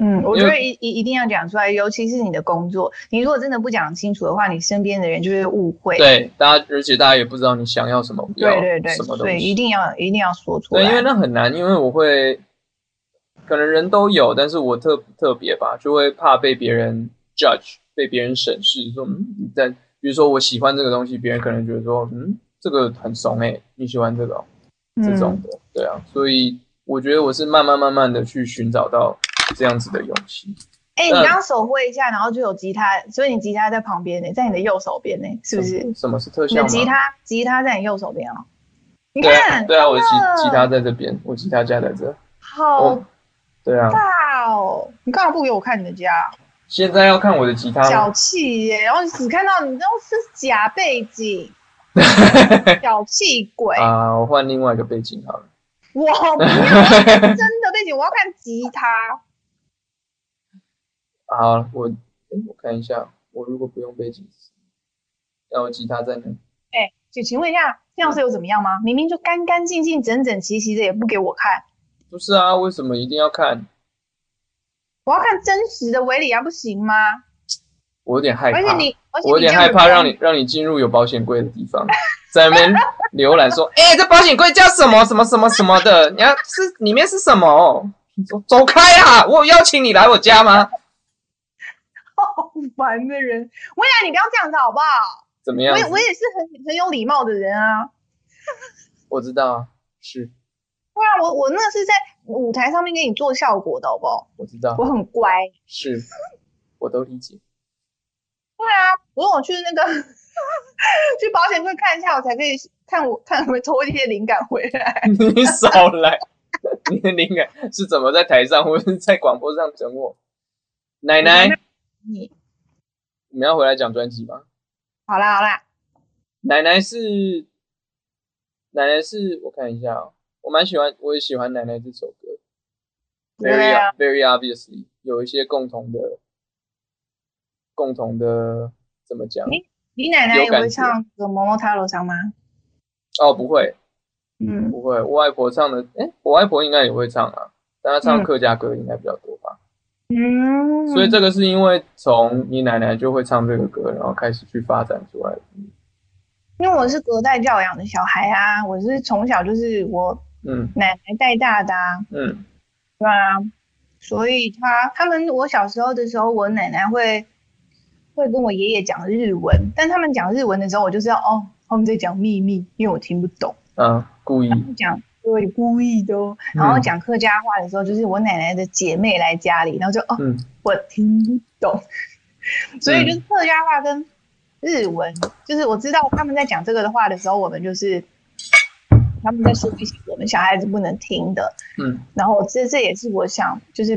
Speaker 2: 嗯，我
Speaker 1: 因
Speaker 2: 觉
Speaker 1: 为
Speaker 2: 得一一一定要讲出来，尤其是你的工作，你如果真的不讲清楚的话，你身边的人就会误会。
Speaker 1: 对，大家而且大家也不知道你想要什么，不要
Speaker 2: 对对对，
Speaker 1: 什么东
Speaker 2: 所以
Speaker 1: 西。
Speaker 2: 一定要一定要说出来。
Speaker 1: 对，因为那很难，因为我会，可能人都有，但是我特特别吧，就会怕被别人 judge，被别人审视，说嗯你在，比如说我喜欢这个东西，别人可能觉得说嗯这个很怂哎、你喜欢这个哦、这
Speaker 2: 嗯
Speaker 1: 种的，对啊，所以我觉得我是慢慢慢慢的去寻找到这样子的勇气，
Speaker 2: 哎、你
Speaker 1: 嗯
Speaker 2: 刚刚手挥一下，然后就有吉他，所以你吉他在旁边呢，在你的右手边呢，是不是？
Speaker 1: 什么是特
Speaker 2: 你
Speaker 1: 效
Speaker 2: 的
Speaker 1: 吗？
Speaker 2: 吉他，吉他在你右手边哦。你
Speaker 1: 对啊
Speaker 2: 看，
Speaker 1: 对啊，我的吉
Speaker 2: 真的
Speaker 1: 吉他在这边，我吉他架在这，
Speaker 2: 好
Speaker 1: 我对啊，
Speaker 2: 大哦！你干嘛不给我看你的家？
Speaker 1: 现在要看我的吉他吗
Speaker 2: 小？气耶！然后你只看到你，然后是假背 景，小气鬼！
Speaker 1: 啊，我换另外一个背景好了。
Speaker 2: 我不要真的背景，我要看吉他。
Speaker 1: 好，啊我诶我看一下，我如果不用背景，那我吉他在哪？
Speaker 2: 哎、请请问一下，这样是又怎么样吗？明明就干干净净、整整齐齐的，也不给我看，
Speaker 1: 不是啊，为什么一定要看？
Speaker 2: 我要看真实的维里安，不行吗？
Speaker 1: 我有点害
Speaker 2: 而且
Speaker 1: 怕，
Speaker 2: 你，而且
Speaker 1: 我有
Speaker 2: 你
Speaker 1: 点
Speaker 2: 这样
Speaker 1: 害
Speaker 2: 子
Speaker 1: 怕
Speaker 2: 光
Speaker 1: 让你让你进入有保险柜的地方，在那边浏览说，哎、这保险柜叫什么什么什么什么的，你要是里面是什么？哦走走开啊！我有邀请你来我家吗？
Speaker 2: 好烦的人。薇娅，你不要这样子好不好？
Speaker 1: 怎么样
Speaker 2: 我
Speaker 1: 子？
Speaker 2: 也我也是很很有礼貌的人啊。
Speaker 1: 我知道啊，是，
Speaker 2: 不然啊我我那是在舞台上面给你做效果的，好不好？
Speaker 1: 我知道
Speaker 2: 我，很乖。
Speaker 1: 是，我都理解。
Speaker 2: 对啊，我说我去那个 去保险柜看一下，我才可以看我看我偷一些灵感回来。
Speaker 1: 你少来！你的灵感是怎么在台上或者是在广播上整我？奶奶，
Speaker 2: 你
Speaker 1: 你们要回来讲专辑吗？
Speaker 2: 好啦好啦，
Speaker 1: 奶奶是，奶奶是我看一下、哦，我蛮喜欢，我也喜欢奶奶这首歌。Very
Speaker 2: 对啊
Speaker 1: very obviously 有一些共同的，共同的怎么讲？
Speaker 2: 你你奶奶也
Speaker 1: 有感
Speaker 2: 会
Speaker 1: 觉
Speaker 2: 唱《个某某塔罗桑》吗？
Speaker 1: 哦，不会
Speaker 2: 嗯，
Speaker 1: 不会，我外婆唱的，哎，我外婆应该也会唱啊，但她唱
Speaker 2: 嗯
Speaker 1: 客家歌应该比较多吧？
Speaker 2: 嗯，
Speaker 1: 所以这个是因为从你奶奶就会唱这个歌，然后开始去发展出来的。
Speaker 2: 因为我是隔代教养的小孩啊，我是从小就是我
Speaker 1: 嗯
Speaker 2: 奶奶带大的啊，
Speaker 1: 嗯
Speaker 2: 对啊，所以他他们我小时候的时候，我奶奶会会跟我爷爷讲日文，但他们讲日文的时候，我就知道哦，他们在讲秘密，因为我听不懂。
Speaker 1: 啊，故意
Speaker 2: 讲对故意的哦，
Speaker 1: 嗯
Speaker 2: 然后讲客家话的时候，就是我奶奶的姐妹来家里，然后就哦，
Speaker 1: 嗯
Speaker 2: 我听不懂， 所以就是客家话跟日文，就是我知道他们在讲这个的话的时候，我们就是他们在说一些我们小孩子不能听的，
Speaker 1: 嗯
Speaker 2: 然后这这也是我想就是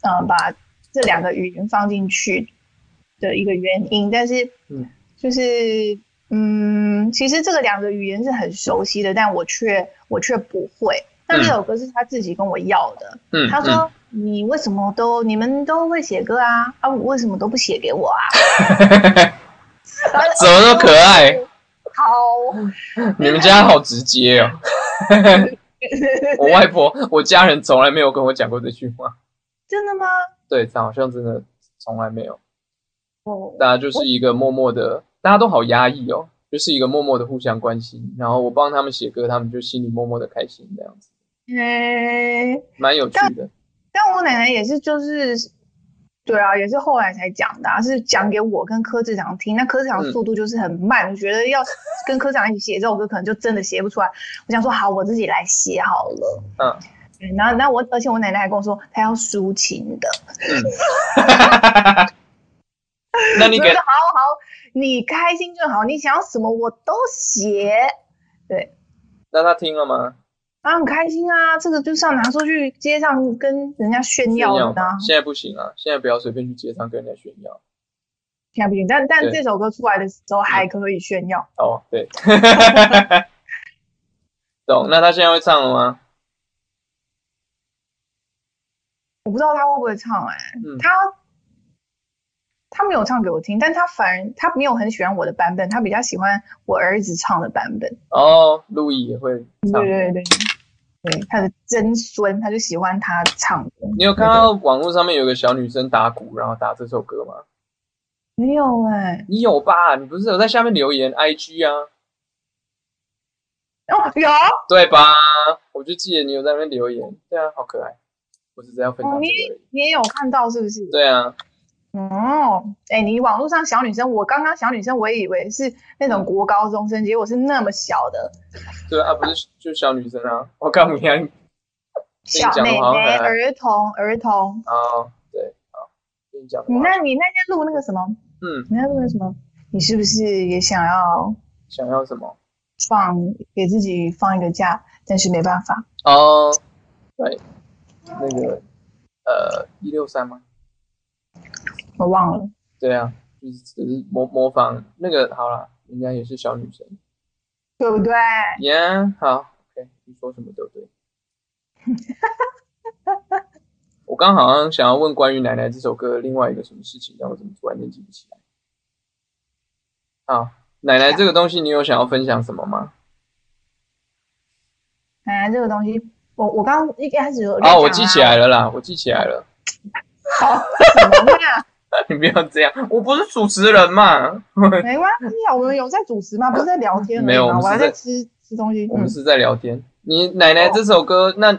Speaker 2: 呃把这两个语言放进去的一个原因，但是
Speaker 1: 嗯
Speaker 2: 就是嗯，其实这个两个语言是很熟悉的，但我却我却不会。
Speaker 1: 嗯
Speaker 2: 那这首歌是他自己跟我要的，
Speaker 1: 嗯，
Speaker 2: 他说。你为什么都你们都会写歌啊？啊，我为什么都不写给我啊？
Speaker 1: 怎么那么可爱？
Speaker 2: 好，
Speaker 1: 嗯你们家好直接哦。 我外婆，我家人从来没有跟我讲过这句话。
Speaker 2: 真的吗？
Speaker 1: 对，她好像真的从来没有。
Speaker 2: 哦，
Speaker 1: 大家就是一个默默的，大家都好压抑哦，就是一个默默的互相关心。然后我帮他们写歌，他们就心里默默的开心，这样子
Speaker 2: 诶、
Speaker 1: 蛮有趣的。
Speaker 2: 但我奶奶也是，就是，对啊，也是后来才讲的、啊，是讲给我跟柯志长听。那柯志长
Speaker 1: 嗯
Speaker 2: 速度就是很慢，我觉得要跟柯志长一起写这首歌，可能就真的写不出来。我想说，好，我自己来写好了。
Speaker 1: 嗯
Speaker 2: 对，然后，那我，而且我奶奶还跟我说，她要抒情的。
Speaker 1: 那你
Speaker 2: 我
Speaker 1: 给
Speaker 2: 就说好好，你开心就好，你想要什么我都写。
Speaker 1: 那他听了吗？
Speaker 2: 啊，很开心啊，这个就是要拿出去街上跟人家炫
Speaker 1: 炫
Speaker 2: 耀
Speaker 1: 耀
Speaker 2: 的、啊
Speaker 1: 吗。现在不行啊，现在不要随便去街上跟人家炫耀。
Speaker 2: 现在不行，但但
Speaker 1: 对嗯
Speaker 2: 这首歌出来的时候还可以炫耀。
Speaker 1: 哦， 对，懂。那他现在会唱了吗？
Speaker 2: 我不知道他会不会唱哎、
Speaker 1: 嗯
Speaker 2: 他他没有唱给我听，但他反而他没有很喜欢我的版本，他比较喜欢我儿子唱的版本。
Speaker 1: 哦，路易也会唱。
Speaker 2: 对对对，对他的曾孙，他就喜欢他唱的。
Speaker 1: 你有看到网络上面有个小女生打鼓，然后打这首歌吗？
Speaker 2: 没有哎、
Speaker 1: 你有吧？你不是有在下面留言 IG 啊？
Speaker 2: 哦有
Speaker 1: 对吧？我就记得你有在那边留言。对啊，好可爱。我只是要分享
Speaker 2: 哦
Speaker 1: 这
Speaker 2: 你
Speaker 1: 个而已。
Speaker 2: 你也有看到是不是？
Speaker 1: 对啊，
Speaker 2: 哦，哎、你网络上小女生，我刚刚小女生，我也以为是那种国高中生，结果是那么小的
Speaker 1: 对啊，不是就小女生啊？我告诉你啊，你
Speaker 2: 小
Speaker 1: 讲得
Speaker 2: 妹
Speaker 1: 好像
Speaker 2: 妹、
Speaker 1: 很
Speaker 2: 儿童、儿童。
Speaker 1: 啊，对，好，跟你讲的
Speaker 2: 你
Speaker 1: 话，
Speaker 2: 那你那天录那个什么？
Speaker 1: 嗯，
Speaker 2: 你要问什么？你是不是也想要
Speaker 1: 想要什么？
Speaker 2: 放给自己放一个假？但是没办法，
Speaker 1: 哦，对，那个呃，一六三吗？
Speaker 2: 我忘了。
Speaker 1: 对啊，就是只是模模仿那个好啦，人家也是小女生，
Speaker 2: 对不对？
Speaker 1: 耶、yeah,，好，OK，你说什么都对。我刚好像想要问关于《奶奶》这首歌的另外一个什么事情，但我怎么突然间记不起来？好，《奶奶》这个东西，你有想要分享什么吗？
Speaker 2: 哎，这个东西，我我刚刚一开始有
Speaker 1: 啊，我记起来了啦，我记起来了。
Speaker 2: 好，什么呀？
Speaker 1: 你不要这样，我不是主持人嘛，
Speaker 2: 没关系啊，我们有在主持吗？不是在聊天而已吗
Speaker 1: 没有我们
Speaker 2: 我
Speaker 1: 是
Speaker 2: 还
Speaker 1: 在
Speaker 2: 在吃吃东西。
Speaker 1: 我们
Speaker 2: 嗯，
Speaker 1: 是在聊天。你奶奶这首歌，那呃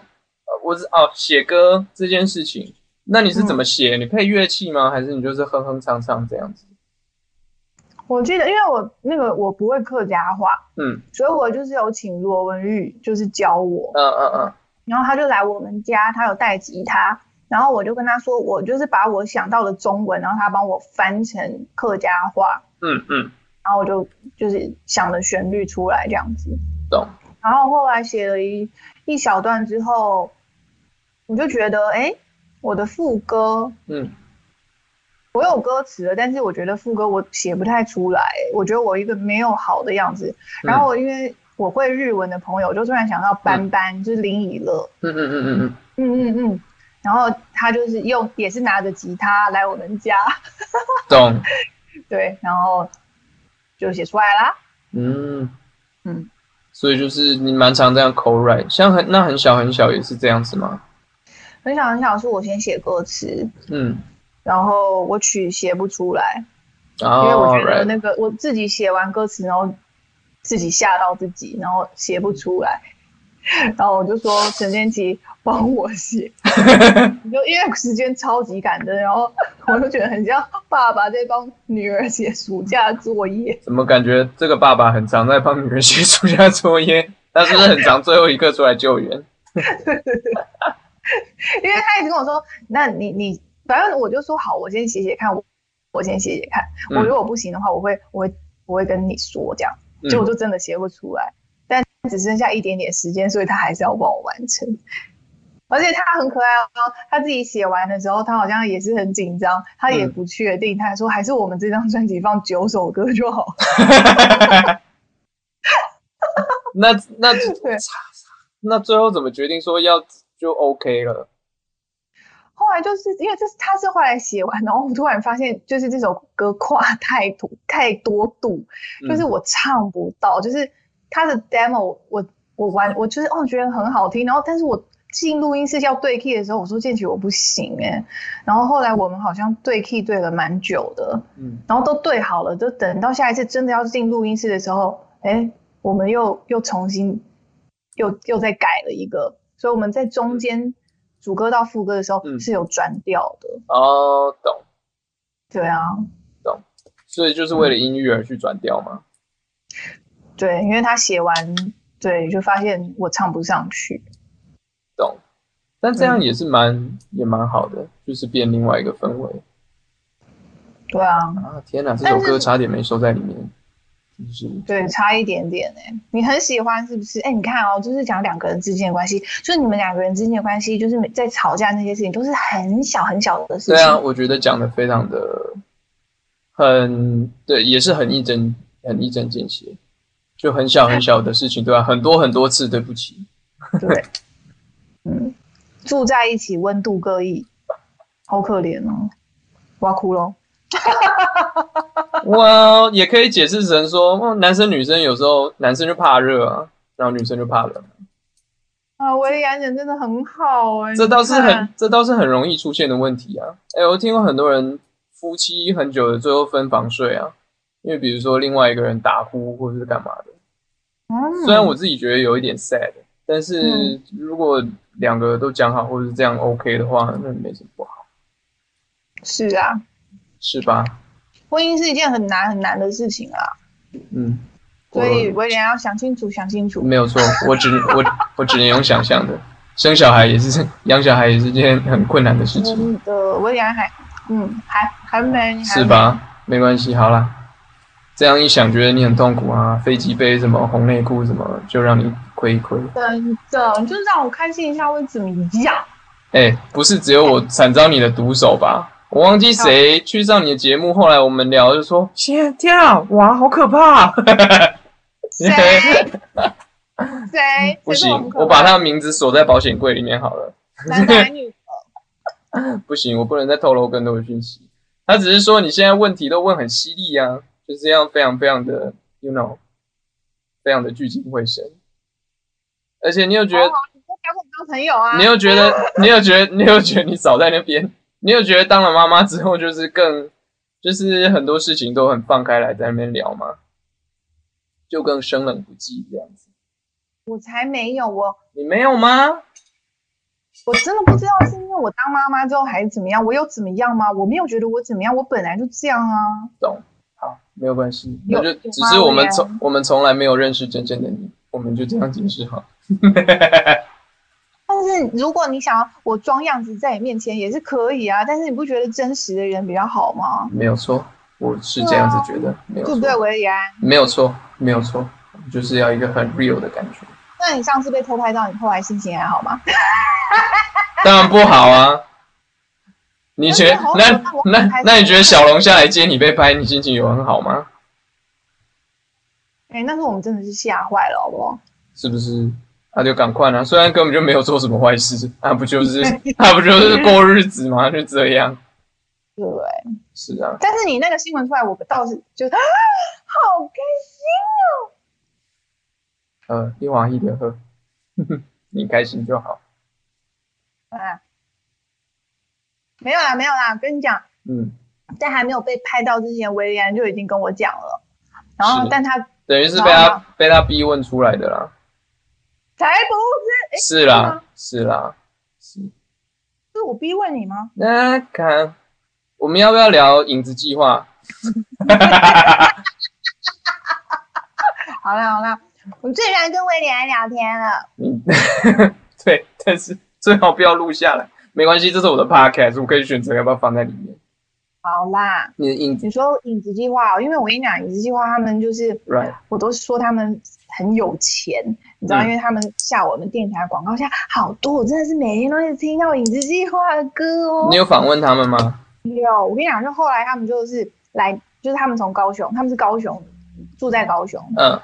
Speaker 1: 我是哦写歌这件事情，那你是
Speaker 2: 嗯
Speaker 1: 怎么写？你配乐器吗？还是你就是哼哼唱唱这样子？
Speaker 2: 我记得，因为我那个我不会客家话，
Speaker 1: 嗯
Speaker 2: 所以我就是有请罗文玉，就是教我。
Speaker 1: 嗯嗯嗯
Speaker 2: 然后他就来我们家，他有带吉他，然后我就跟他说，我就是把我想到的中文，然后他帮我翻成客家话，
Speaker 1: 嗯嗯，
Speaker 2: 然后我就就是想的旋律出来这样子。
Speaker 1: 懂。
Speaker 2: 然后后来写了一一小段之后，我就觉得，哎，我的副歌
Speaker 1: 嗯
Speaker 2: 我有歌词了，但是我觉得副歌我写不太出来，我觉得我一个没有好的样子。然后我因为我会日文的朋友，就突然想到斑斑，就是林以乐。
Speaker 1: 嗯嗯嗯嗯嗯，
Speaker 2: 嗯嗯嗯，然后他就是用也是拿着吉他来我们家，
Speaker 1: 懂。
Speaker 2: 对，然后就写出来啦。
Speaker 1: 嗯
Speaker 2: 嗯，
Speaker 1: 所以就是你蛮常这样口 write，像很那很小很小也是这样子吗？
Speaker 2: 很小很小是我先写歌词，
Speaker 1: 嗯，
Speaker 2: 然后我曲写不出来，
Speaker 1: 因
Speaker 2: 因为我
Speaker 1: 哦
Speaker 2: 觉得那个我自己写完歌词，然后自己吓到自己，然后写不出来，然后我就说陈建奇帮我写， 你就因为时间超级赶的，然后我就觉得很像爸爸在帮女儿写暑假作业，
Speaker 1: 怎么感觉这个爸爸很常在帮女儿写 暑假作业？他是不是很常最后一刻出来救援？
Speaker 2: 因为他一直跟我说，那你你反正我就说好，我先写写看，我我先写写看，
Speaker 1: 嗯
Speaker 2: 我如果不行的话，我会我会我会跟你说这样。结果
Speaker 1: 嗯
Speaker 2: 就真的写不出来，但只剩下一点点时间，所以他还是要帮我完成。而且他很可爱哦，他自己写完的时候，他好像也是很紧张，他也
Speaker 1: 嗯
Speaker 2: 不确定，他还说还是我们这张专辑放九首歌就 好。
Speaker 1: 那那
Speaker 2: 对
Speaker 1: 那最后怎么决定说要就 OK 了？
Speaker 2: 后来就是因为这是他是后来写完，然后我突然发现，就是这首歌跨太多 太多度，
Speaker 1: 嗯
Speaker 2: 就是我唱不到，就是他的 demo 我我玩我就是哦觉得很好听，然后但是我进录音室要对 key 的时候，我说建奇我不行哎、然后后来我们好像对 key 对了蛮久的，
Speaker 1: 嗯
Speaker 2: 然后都对好了，就等到下一次真的要进录音室的时候，哎，我们又又重新又又再改了一个，所以我们在中间主歌到副歌的时候
Speaker 1: 嗯
Speaker 2: 是有转调的，
Speaker 1: 哦懂，
Speaker 2: 对啊，
Speaker 1: 所以就是为了音乐而去转调嘛。
Speaker 2: 对，因为他写完，对，就发现我唱不上去，
Speaker 1: 懂，但这样也是蛮、也蛮好的，就是变另外一个氛围
Speaker 2: 对啊，
Speaker 1: 啊！天哪，这
Speaker 2: 但
Speaker 1: 首
Speaker 2: 是
Speaker 1: 歌差点没收在里面，真是
Speaker 2: 对，差一点点哎、你很喜欢是不是？哎、你看哦，就是讲两个人之间的关系，就是你们两个人之间的关系，就是每在吵架那些事情都是很小很小的事情，
Speaker 1: 对啊，我觉得讲的非常的很对，也是很一针很一针见血，就很小很小的事情，对吧、很多很多次对不起，
Speaker 2: 对，嗯，住在一起，温度各异，好可怜哦，我要哭喽。
Speaker 1: 哇、也可以解释成说，哦，男生女生有时候男生就怕热啊，然后女生就怕冷，
Speaker 2: 啊，维安人真的很好哎、
Speaker 1: 这倒是
Speaker 2: 你
Speaker 1: 很
Speaker 2: 看
Speaker 1: 这倒是很容易出现的问题啊。哎，我听过很多人夫妻很久的最后分房睡啊，因为比如说另外一个人打呼或者是干嘛的。
Speaker 2: 嗯，
Speaker 1: 虽然我自己觉得有一点 sad，但是
Speaker 2: 嗯
Speaker 1: 如果两个都讲好或者是这样 OK 的话，那没什么不好，
Speaker 2: 是啊，
Speaker 1: 是吧？
Speaker 2: 婚姻是一件很难很难的事情啊，
Speaker 1: 嗯，
Speaker 2: 所以
Speaker 1: 我
Speaker 2: 维安要想清楚，想清楚。
Speaker 1: 没有错，我只我我只能用想象的。生小孩也是，养小孩也是件很困难的事情，
Speaker 2: 真的，嗯维安还，嗯，还还没，还
Speaker 1: 是
Speaker 2: 没？
Speaker 1: 吧？没关系，好啦，这样一想，觉得你很痛苦啊，飞机杯什么红内裤什么，就让你亏一亏。
Speaker 2: 真的，你就让我开心一下会怎么 样？
Speaker 1: 哎，不是只有我惨遭你的毒手吧？我忘记谁去上你的节目，后来我们聊就说，天天啊，哇，好可怕、
Speaker 2: 谁谁？
Speaker 1: 嗯不
Speaker 2: 谁说
Speaker 1: 行
Speaker 2: 很，可
Speaker 1: 我把
Speaker 2: 爱
Speaker 1: 他的名字锁在保险柜里面好了。
Speaker 2: 男的 还女的，
Speaker 1: 不行，我不能再透露更多的讯息。他只是说你现在问题都问很犀利啊，就是这样非常非常的，you know，非常的聚精会神。而且你又觉得
Speaker 2: 好好，你不要把我当朋友啊
Speaker 1: 你？有觉得，你有觉得，你有觉得你少在那边，你有觉得当了妈妈之后就是更，就是很多事情都很放开来在那边聊吗？就更生冷不忌这样子。
Speaker 2: 我才没有，我
Speaker 1: 你没有吗？
Speaker 2: 我真的不知道是因为我当妈妈之后还是怎么样，我有怎么样吗？我没有觉得我怎么样，我本来就这样啊。
Speaker 1: 好，没有关系，
Speaker 2: 有
Speaker 1: 那就
Speaker 2: 有吗
Speaker 1: 只是我
Speaker 2: 我
Speaker 1: 们
Speaker 2: 也
Speaker 1: 从我们从来没有认识真正的你，我们就这样解释好。
Speaker 2: 但是如果你想要我装样子在你面前也是可以啊，但是你不觉得真实的人比较好吗？
Speaker 1: 没有错，我是这样子觉得，没有
Speaker 2: 对不啊对，
Speaker 1: 错，
Speaker 2: 维里安？
Speaker 1: 没有错，没有错，就是要一个很 real 的感觉。
Speaker 2: 那你上次被偷拍到，你后来心情还好吗？
Speaker 1: 当然不好啊。你觉
Speaker 2: 哎但
Speaker 1: 那
Speaker 2: 是好可怕我
Speaker 1: 那
Speaker 2: 很开心
Speaker 1: 那你觉得小龙下来接你被拍，你心情有很好吗？
Speaker 2: 哎，那时候我们真的是吓坏了，好不好？
Speaker 1: 是不是？那就赶快啦、啊虽然根本就没有做什么坏事，那不就是那不就是过日子吗？就这样。
Speaker 2: 对不对？
Speaker 1: 是啊，
Speaker 2: 但是你那个新闻出来，我倒是觉得、啊、好开心哦。
Speaker 1: 呃，一往一的喝，你开心就好。
Speaker 2: 啊，没有啦，没有啦，跟你讲，
Speaker 1: 嗯，
Speaker 2: 在还没有被拍到之前，维利安就已经跟我讲了。然后
Speaker 1: 是，
Speaker 2: 但他
Speaker 1: 等于是被
Speaker 2: 然
Speaker 1: 他
Speaker 2: 后
Speaker 1: 被他逼问出来的啦。
Speaker 2: 才不是，哎，
Speaker 1: 是
Speaker 2: 是
Speaker 1: 啦
Speaker 2: 吗，
Speaker 1: 是啦，是。
Speaker 2: 是我逼问你吗？
Speaker 1: 那看我们要不要聊影子计划？
Speaker 2: 好啦好啦，我最喜欢跟威廉聊天了。
Speaker 1: 你 对，但是最好不要录下来，没关系，这是我的 podcast，我可以选择要不要放在里面。
Speaker 2: 好啦，
Speaker 1: 你的影子
Speaker 2: 你说影子计划哦，因为我跟你讲，影子计划他们就是，
Speaker 1: ，right？
Speaker 2: 我都说他们很有钱，你知道，
Speaker 1: 嗯
Speaker 2: 因为他们下我们电台广告下好多，我真的是每天都是听到影子计划的歌哦
Speaker 1: 你。有访问他们吗？
Speaker 2: 有，我跟你讲，就后来他们就是来，就是他们从高雄，他们是高雄，住在高雄，
Speaker 1: 嗯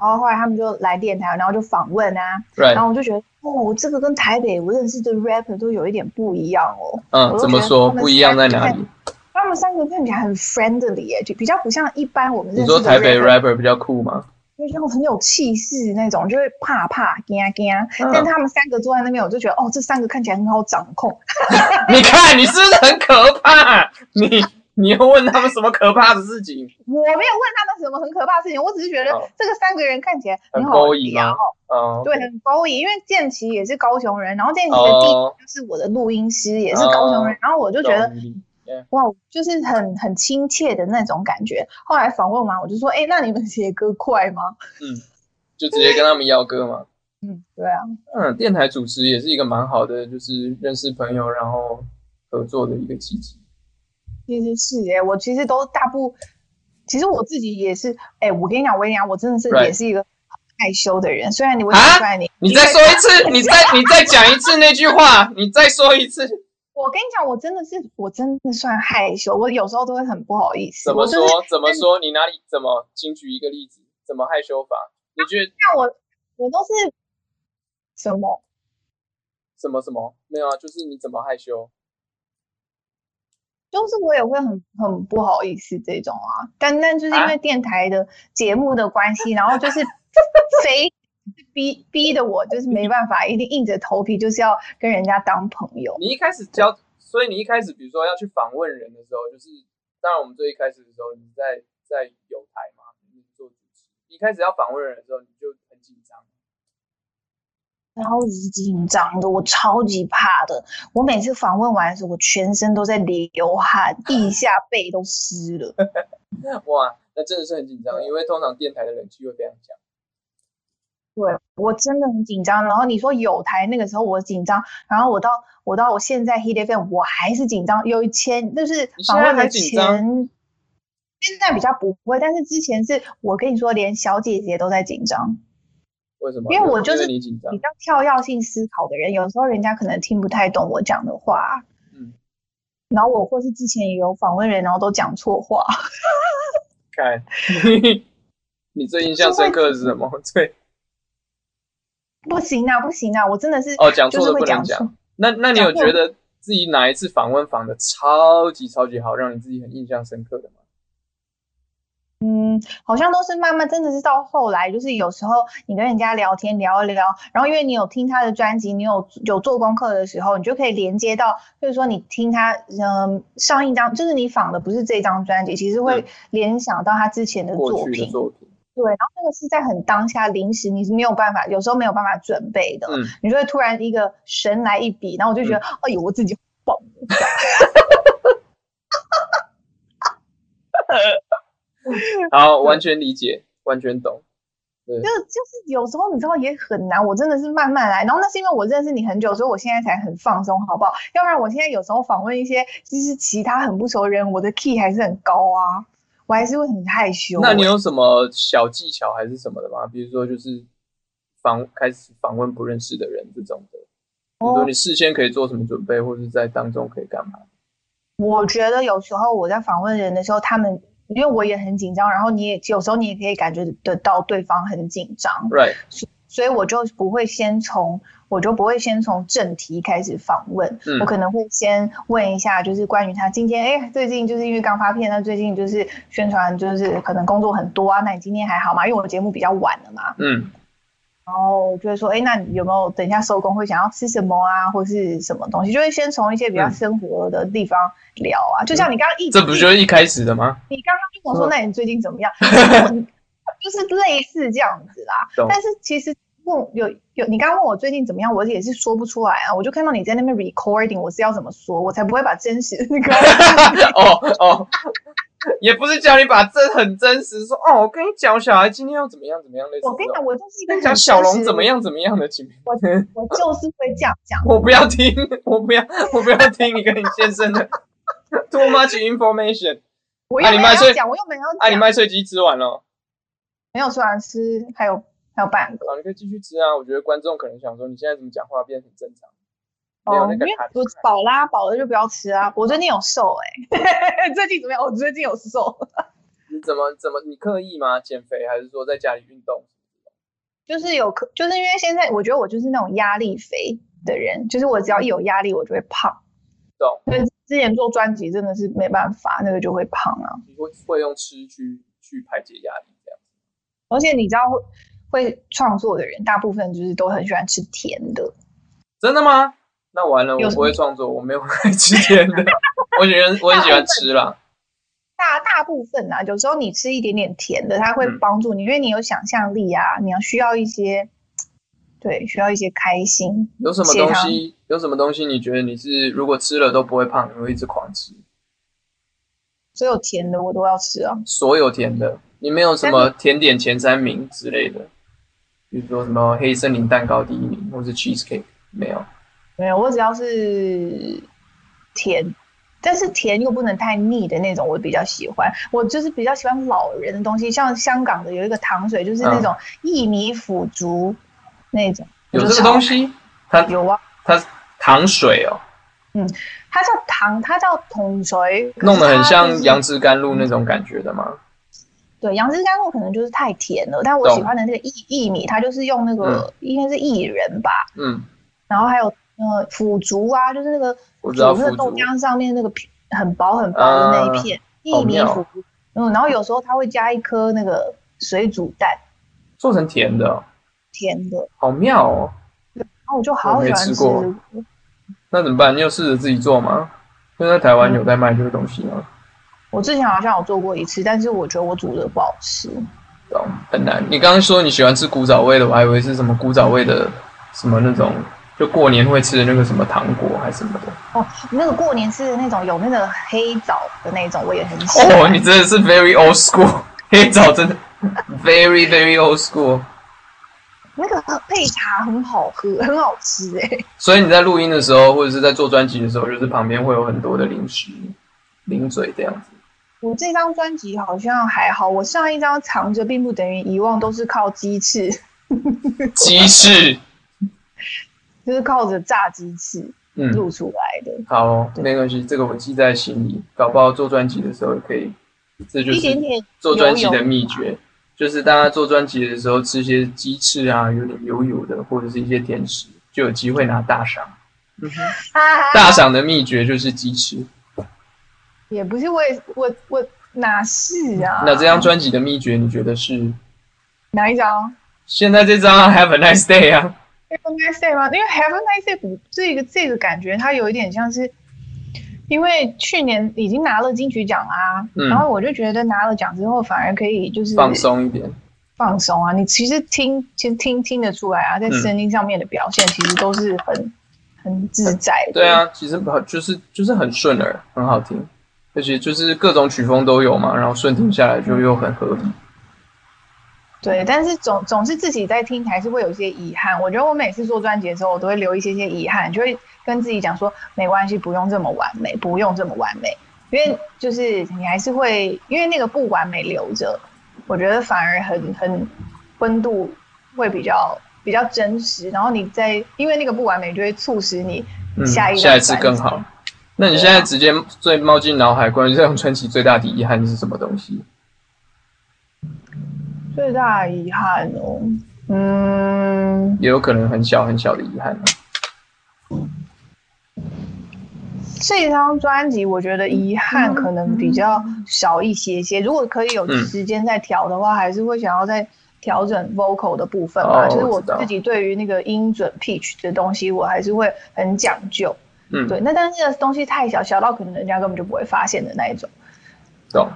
Speaker 2: 然后后来他们就来电台，然后就访问啊，然
Speaker 1: ，right？
Speaker 2: 后我就觉得，哦，这个跟台北我认识的 rapper 都有一点不一样哦。
Speaker 1: 嗯，
Speaker 2: 我都
Speaker 1: 怎么
Speaker 2: 觉得
Speaker 1: 说
Speaker 2: 他们
Speaker 1: 不一样在哪
Speaker 2: 现
Speaker 1: 里？
Speaker 2: 他们三个看起来很 friendly 耶、就比较不像一般我们
Speaker 1: 你
Speaker 2: 认识
Speaker 1: 说
Speaker 2: 的
Speaker 1: 台北
Speaker 2: rapper，
Speaker 1: rapper 比较酷吗？
Speaker 2: 就是那种很有气势那种，就会怕怕惊啊惊。
Speaker 1: 嗯
Speaker 2: 但他们三个坐在那边，我就觉得，哦，这三个看起来很好掌控。
Speaker 1: 你看，你是不是很可怕？ 你你又问他们什么可怕的事情？
Speaker 2: 我没有问他们什么很可怕的事情，我只是觉得
Speaker 1: 哦
Speaker 2: 这个三个人看起来
Speaker 1: 很
Speaker 2: 好
Speaker 1: 勾引吗
Speaker 2: 聊。
Speaker 1: 哦，
Speaker 2: 对，很勾引，因为建奇也是高雄人，然后建奇的弟
Speaker 1: 哦
Speaker 2: 就是我的录音师，也是高雄人，
Speaker 1: 哦
Speaker 2: 然后我就觉得
Speaker 1: 懂你
Speaker 2: 哇，就是很很亲切的那种感觉。后来访问完，我就说，哎、那你们写歌快吗？
Speaker 1: 就直接跟他们邀歌嘛。
Speaker 2: 嗯，对啊，
Speaker 1: 嗯，电台主持也是一个蛮好的，就是认识朋友然后合作的一个契机。
Speaker 2: 其实是哎、我其实都大部，其实我自己也是，哎、我跟你讲，维尼亚，我真的是
Speaker 1: Right
Speaker 2: 也是一个很害羞的人，虽然你我
Speaker 1: 啊
Speaker 2: 讲出来你，
Speaker 1: 你再说一次，你再你再讲一次那句话，你再说一次，
Speaker 2: 我跟你讲，我真的是我真的算害羞，我有时候都会很不好意思。
Speaker 1: 怎么
Speaker 2: 我
Speaker 1: 说
Speaker 2: 就是
Speaker 1: 怎么说？你哪里怎么？请举一个例子，怎么害羞法？你觉得
Speaker 2: 像我，我都是什么？
Speaker 1: 什么什么？没有啊，就是你怎么害羞？
Speaker 2: 就是我也会很很不好意思这种啊，但但就是因
Speaker 1: 啊
Speaker 2: 为电台的节目的关系，然后就是非逼逼的我就是没办法，一定硬着头皮就是要跟人家当朋友。
Speaker 1: 你一开始交，所以你一开始比如说要去访问人的时候，就是当然我们最一开始的时候，你在在有台嘛，你做主持，你一开始要访问人的时候，你就很紧张。
Speaker 2: 超级紧张的，我超级怕的。我每次访问完的时候，我全身都在流汗，腋下背都湿了。
Speaker 1: 哇，那真的是很紧张，因为通常电台的人气会非常强。
Speaker 2: 对，我真的很紧张。然后你说有台那个时候我紧张，然后我到我到我现在 Hit FM 我还是紧张。有以前就是
Speaker 1: 你现
Speaker 2: 访
Speaker 1: 在
Speaker 2: 问
Speaker 1: 还
Speaker 2: 的
Speaker 1: 紧张
Speaker 2: 前，现在比较不会，但是之前是我跟你说，连小姐姐都在紧张。
Speaker 1: 为什么？
Speaker 2: 因为我就是
Speaker 1: 你紧张
Speaker 2: 比。较跳跃性思考的人，有时候人家可能听不太懂我讲的话。
Speaker 1: 嗯。
Speaker 2: 然后我或是之前也有访问人，然后都讲错话。
Speaker 1: 看， 你最印象深刻的是什么？对，
Speaker 2: 不行啊，不行啊，我真的是
Speaker 1: 哦，讲
Speaker 2: 就
Speaker 1: 错
Speaker 2: 是
Speaker 1: 的
Speaker 2: 会
Speaker 1: 不能
Speaker 2: 讲错
Speaker 1: 讲。。那那你有觉得自己哪一次访问访的超级超级好，让你自己很印象深刻的吗？
Speaker 2: 嗯，好像都是慢慢，真的是到后来，就是有时候你跟人家聊天聊一聊，然后因为你有听他的专辑，你有有做功课的时候，你就可以连接到，就是说你听他嗯上一张，就是你仿的不是这张专辑，其实会
Speaker 1: 嗯
Speaker 2: 联想到他之前的作
Speaker 1: 过去的
Speaker 2: 品，
Speaker 1: 作品，
Speaker 2: 对，然后那个是在很当下临时，你是没有办法，有时候没有办法准备的，
Speaker 1: 嗯，
Speaker 2: 你就会突然一个神来一笔，然后我就觉得，哎呦，我自己好棒，
Speaker 1: 好，完全理解，完全懂。对
Speaker 2: 就，就是有时候你知道也很难，我真的是慢慢来。然后那是因为我认识你很久，所以我现在才很放松，好不好？要不然我现在有时候访问一些就是其他很不熟的人，我的 key 还是很高啊，我还是会很害羞、
Speaker 1: 那你
Speaker 2: 欸
Speaker 1: 有什么小技巧还是什么的吗？比如说就是访开始访问不认识的人这种的，比
Speaker 2: 哦
Speaker 1: 如说你事先可以做什么准备，或者在当中可以干嘛？
Speaker 2: 我觉得有时候我在访问人的时候，他们因为我也很紧张，然后你也有时候你也可以感觉得到对方很紧张，
Speaker 1: Right，
Speaker 2: 所以我就不会先从，我就不会先从正题开始访问，
Speaker 1: 嗯
Speaker 2: 我可能会先问一下，就是关于他今天，哎，最近就是因为刚发片，那最近就是宣传，就是可能工作很多啊，那你今天还好吗？因为我的节目比较晚了嘛，
Speaker 1: 嗯，
Speaker 2: 然后就会说，哎，那你有没有等一下收工会想要吃什么啊，或是什么东西？就会先从一些比较
Speaker 1: 嗯
Speaker 2: 生活的地方聊啊，就像你刚刚一
Speaker 1: 这不就是一开始的吗？
Speaker 2: 你刚刚就跟我说，
Speaker 1: 嗯
Speaker 2: 那你最近怎 么样？就是类似这样子啦
Speaker 1: 懂。
Speaker 2: 但是其实问有有，你刚刚问我最近怎么样，我也是说不出来啊。我就看到你在那边 recording，我是要怎么说，我才不会把真实的 那个
Speaker 1: 哦哦，也不是叫你把这很真实说哦，我跟你讲，小孩今天要怎么样怎么样类似这种。
Speaker 2: 我跟你讲，我就是一
Speaker 1: 跟
Speaker 2: 个很
Speaker 1: 你讲小
Speaker 2: 真
Speaker 1: 龙
Speaker 2: 实
Speaker 1: 怎么，样怎么样的情
Speaker 2: 我
Speaker 1: 况，
Speaker 2: 我就是会这样 讲。
Speaker 1: 我不要听，我不要，我不要听你跟你先生 的 too much information。
Speaker 2: 我又
Speaker 1: 啊
Speaker 2: 没
Speaker 1: 你
Speaker 2: 有
Speaker 1: 麦穗
Speaker 2: 要讲，我又没有
Speaker 1: 啊，你
Speaker 2: 讲，
Speaker 1: 麦穗鸡吃完了，
Speaker 2: 没有吃完吃，还有还有半个
Speaker 1: 好，你可以继续吃啊。我觉得观众可能想说，你现在怎么讲话变得很正常，没有
Speaker 2: 哦，
Speaker 1: 那
Speaker 2: 因
Speaker 1: 个
Speaker 2: 为
Speaker 1: 卡住
Speaker 2: 我饱啦，饱了就不要吃啊。我最近有瘦哎、 最近怎么样？我最近有瘦。
Speaker 1: 你怎么怎么你刻意吗？减肥还是说在家里运动？
Speaker 2: 就是有可，就是因为现在我觉得我就是那种压力肥的人，就是我只要一有压力我就会胖。
Speaker 1: 懂？
Speaker 2: 所以之前做专辑真的是没办法，那个就会胖啊。
Speaker 1: 你会会用吃去去排解压力这样？
Speaker 2: 而且你知道会会创作的人，大部分就是都很喜欢吃甜的。
Speaker 1: 真的吗？那完了，
Speaker 2: 有
Speaker 1: 我
Speaker 2: 什
Speaker 1: 不
Speaker 2: 么
Speaker 1: 会创作，我没有爱吃甜 的。我喜欢，我很喜欢吃啦。
Speaker 2: 大大部分啊，有时候你吃一点点甜的，它会
Speaker 1: 嗯
Speaker 2: 帮助你，因为你有想象力啊，你要需要一些，对，需要一些开心。
Speaker 1: 有什么
Speaker 2: 血
Speaker 1: 东
Speaker 2: 糖
Speaker 1: 西？有什么东西？你觉得你是如果吃了都不会胖，你会一直狂吃？
Speaker 2: 所有甜的我都要吃啊，
Speaker 1: 所有甜的，你没有什么甜点前三名之类的，比如说什么黑森林蛋糕第一名，或是 cheese cake 没有？
Speaker 2: 没有，我只要是甜，但是甜又不能太腻的那种，我比较喜欢。我就是比较喜欢老人的东西，像香港的有一个糖水，就是那
Speaker 1: 嗯
Speaker 2: 种薏米腐竹那种，我
Speaker 1: 有
Speaker 2: 就
Speaker 1: 这个
Speaker 2: 超
Speaker 1: 东西？它
Speaker 2: 有啊，
Speaker 1: 它糖水哦，
Speaker 2: 它叫糖，它叫桶水，可是
Speaker 1: 弄得很
Speaker 2: 它就
Speaker 1: 像
Speaker 2: 是
Speaker 1: 杨枝甘露那种感觉的吗？
Speaker 2: 对，杨枝甘露可能就是太甜了，但我
Speaker 1: 懂
Speaker 2: 喜欢的那个薏薏米，它就是用那个、应该是薏仁吧，
Speaker 1: 嗯，
Speaker 2: 然后还有呃腐竹啊，就是那个
Speaker 1: 我知道
Speaker 2: 煮那
Speaker 1: 腐
Speaker 2: 个豆
Speaker 1: 竹
Speaker 2: 浆上面那个皮很薄很薄的那一片
Speaker 1: 嗯好
Speaker 2: 薏米
Speaker 1: 妙
Speaker 2: 腐竹，嗯，然后有时候它会加一颗那个水煮蛋，
Speaker 1: 做成甜的哦、
Speaker 2: 甜的，
Speaker 1: 好妙哦。
Speaker 2: 然后我就好
Speaker 1: 我没
Speaker 2: 喜
Speaker 1: 吃
Speaker 2: 欢
Speaker 1: 过那怎么办？你有试着自己做吗？就在台湾有在卖这个东西吗？
Speaker 2: 我之前好像有做过一次，但是我觉得我煮的不好吃，
Speaker 1: 懂哦很难。你刚刚说你喜欢吃古早味的，我还以为是什么古早味的什么那种，就过年会吃的那个什么糖果还是什么的。
Speaker 2: 那个过年吃的那种有那个黑枣的那种，我也很喜欢。
Speaker 1: 哦，你真的是 very old school，黑枣真的 very very old school。
Speaker 2: 那个配茶很好喝，很好吃哎、
Speaker 1: 所以你在录音的时候，或者是在做专辑的时候，就是旁边会有很多的零食、零嘴这样子。
Speaker 2: 我这张专辑好像还好，我上一张藏着并不等于遗忘，都是靠鸡翅，
Speaker 1: 鸡翅，
Speaker 2: 就是靠着炸鸡翅
Speaker 1: 嗯，
Speaker 2: 录出来的，
Speaker 1: 好哦、
Speaker 2: 对
Speaker 1: 没关系，这个我记在心里，搞不好做专辑的时候也可以。这就是
Speaker 2: 一点点
Speaker 1: 做专辑的秘诀，就是大家做专辑的时候吃些鸡翅啊，有点油油的，或者是一些甜食，就有机会拿大赏。
Speaker 2: 嗯哈哈，
Speaker 1: 大赏的秘诀就是鸡翅。
Speaker 2: 也不是我也我我哪是啊？
Speaker 1: 那这张专辑的秘诀，你觉得是？
Speaker 2: 哪一张？
Speaker 1: 现在这张啊 Have a nice day 啊，
Speaker 2: Have a nice day 吗？因为 Have a nice day 不这个这个感觉，它有一点像是，因为去年已经拿了金曲奖啊，
Speaker 1: 嗯
Speaker 2: 然后我就觉得拿了奖之后反而可以就是
Speaker 1: 放松一点。
Speaker 2: 放松啊，你其实听，其实听听得出来
Speaker 1: 嗯
Speaker 2: 啊，在声音上面的表现其实都是很很自在的。
Speaker 1: 对，啊，其实好，就是就是很顺耳，很好听，而且就是各种曲风都有嘛，然后顺听下来就又很合理。嗯
Speaker 2: 对，但是总总是自己在听，还是会有一些遗憾。我觉得我每次做专辑的时候，我都会留一些些遗憾，就会跟自己讲说，没关系，不用这么完美，不用这么完美，因为就是你还是会，因为那个不完美留着，我觉得反而很很温度会比较比较真实。然后你在因为那个不完美，就会促使你
Speaker 1: 嗯，
Speaker 2: 下一张
Speaker 1: 下一次
Speaker 2: 专
Speaker 1: 更
Speaker 2: 辑啊
Speaker 1: 好。那你现在直接最冒进脑海关于这张专辑最大的遗憾是什么东西？
Speaker 2: 最大遗憾哦，嗯，
Speaker 1: 也有可能很小很小的遗憾、啊。
Speaker 2: 这张专辑我觉得遗憾可能比较少一些些。如果可以有
Speaker 1: 嗯
Speaker 2: 时间再调的话，还是会想要再调整 vocal 的部分嘛，
Speaker 1: 哦
Speaker 2: 就是
Speaker 1: 我
Speaker 2: 我
Speaker 1: 知道
Speaker 2: 自己对于那个音准 pitch 的东西，我还是会很讲究。
Speaker 1: 嗯
Speaker 2: 对，那但是这个东西太小，小到可能人家根本就不会发现的那一种。
Speaker 1: 懂。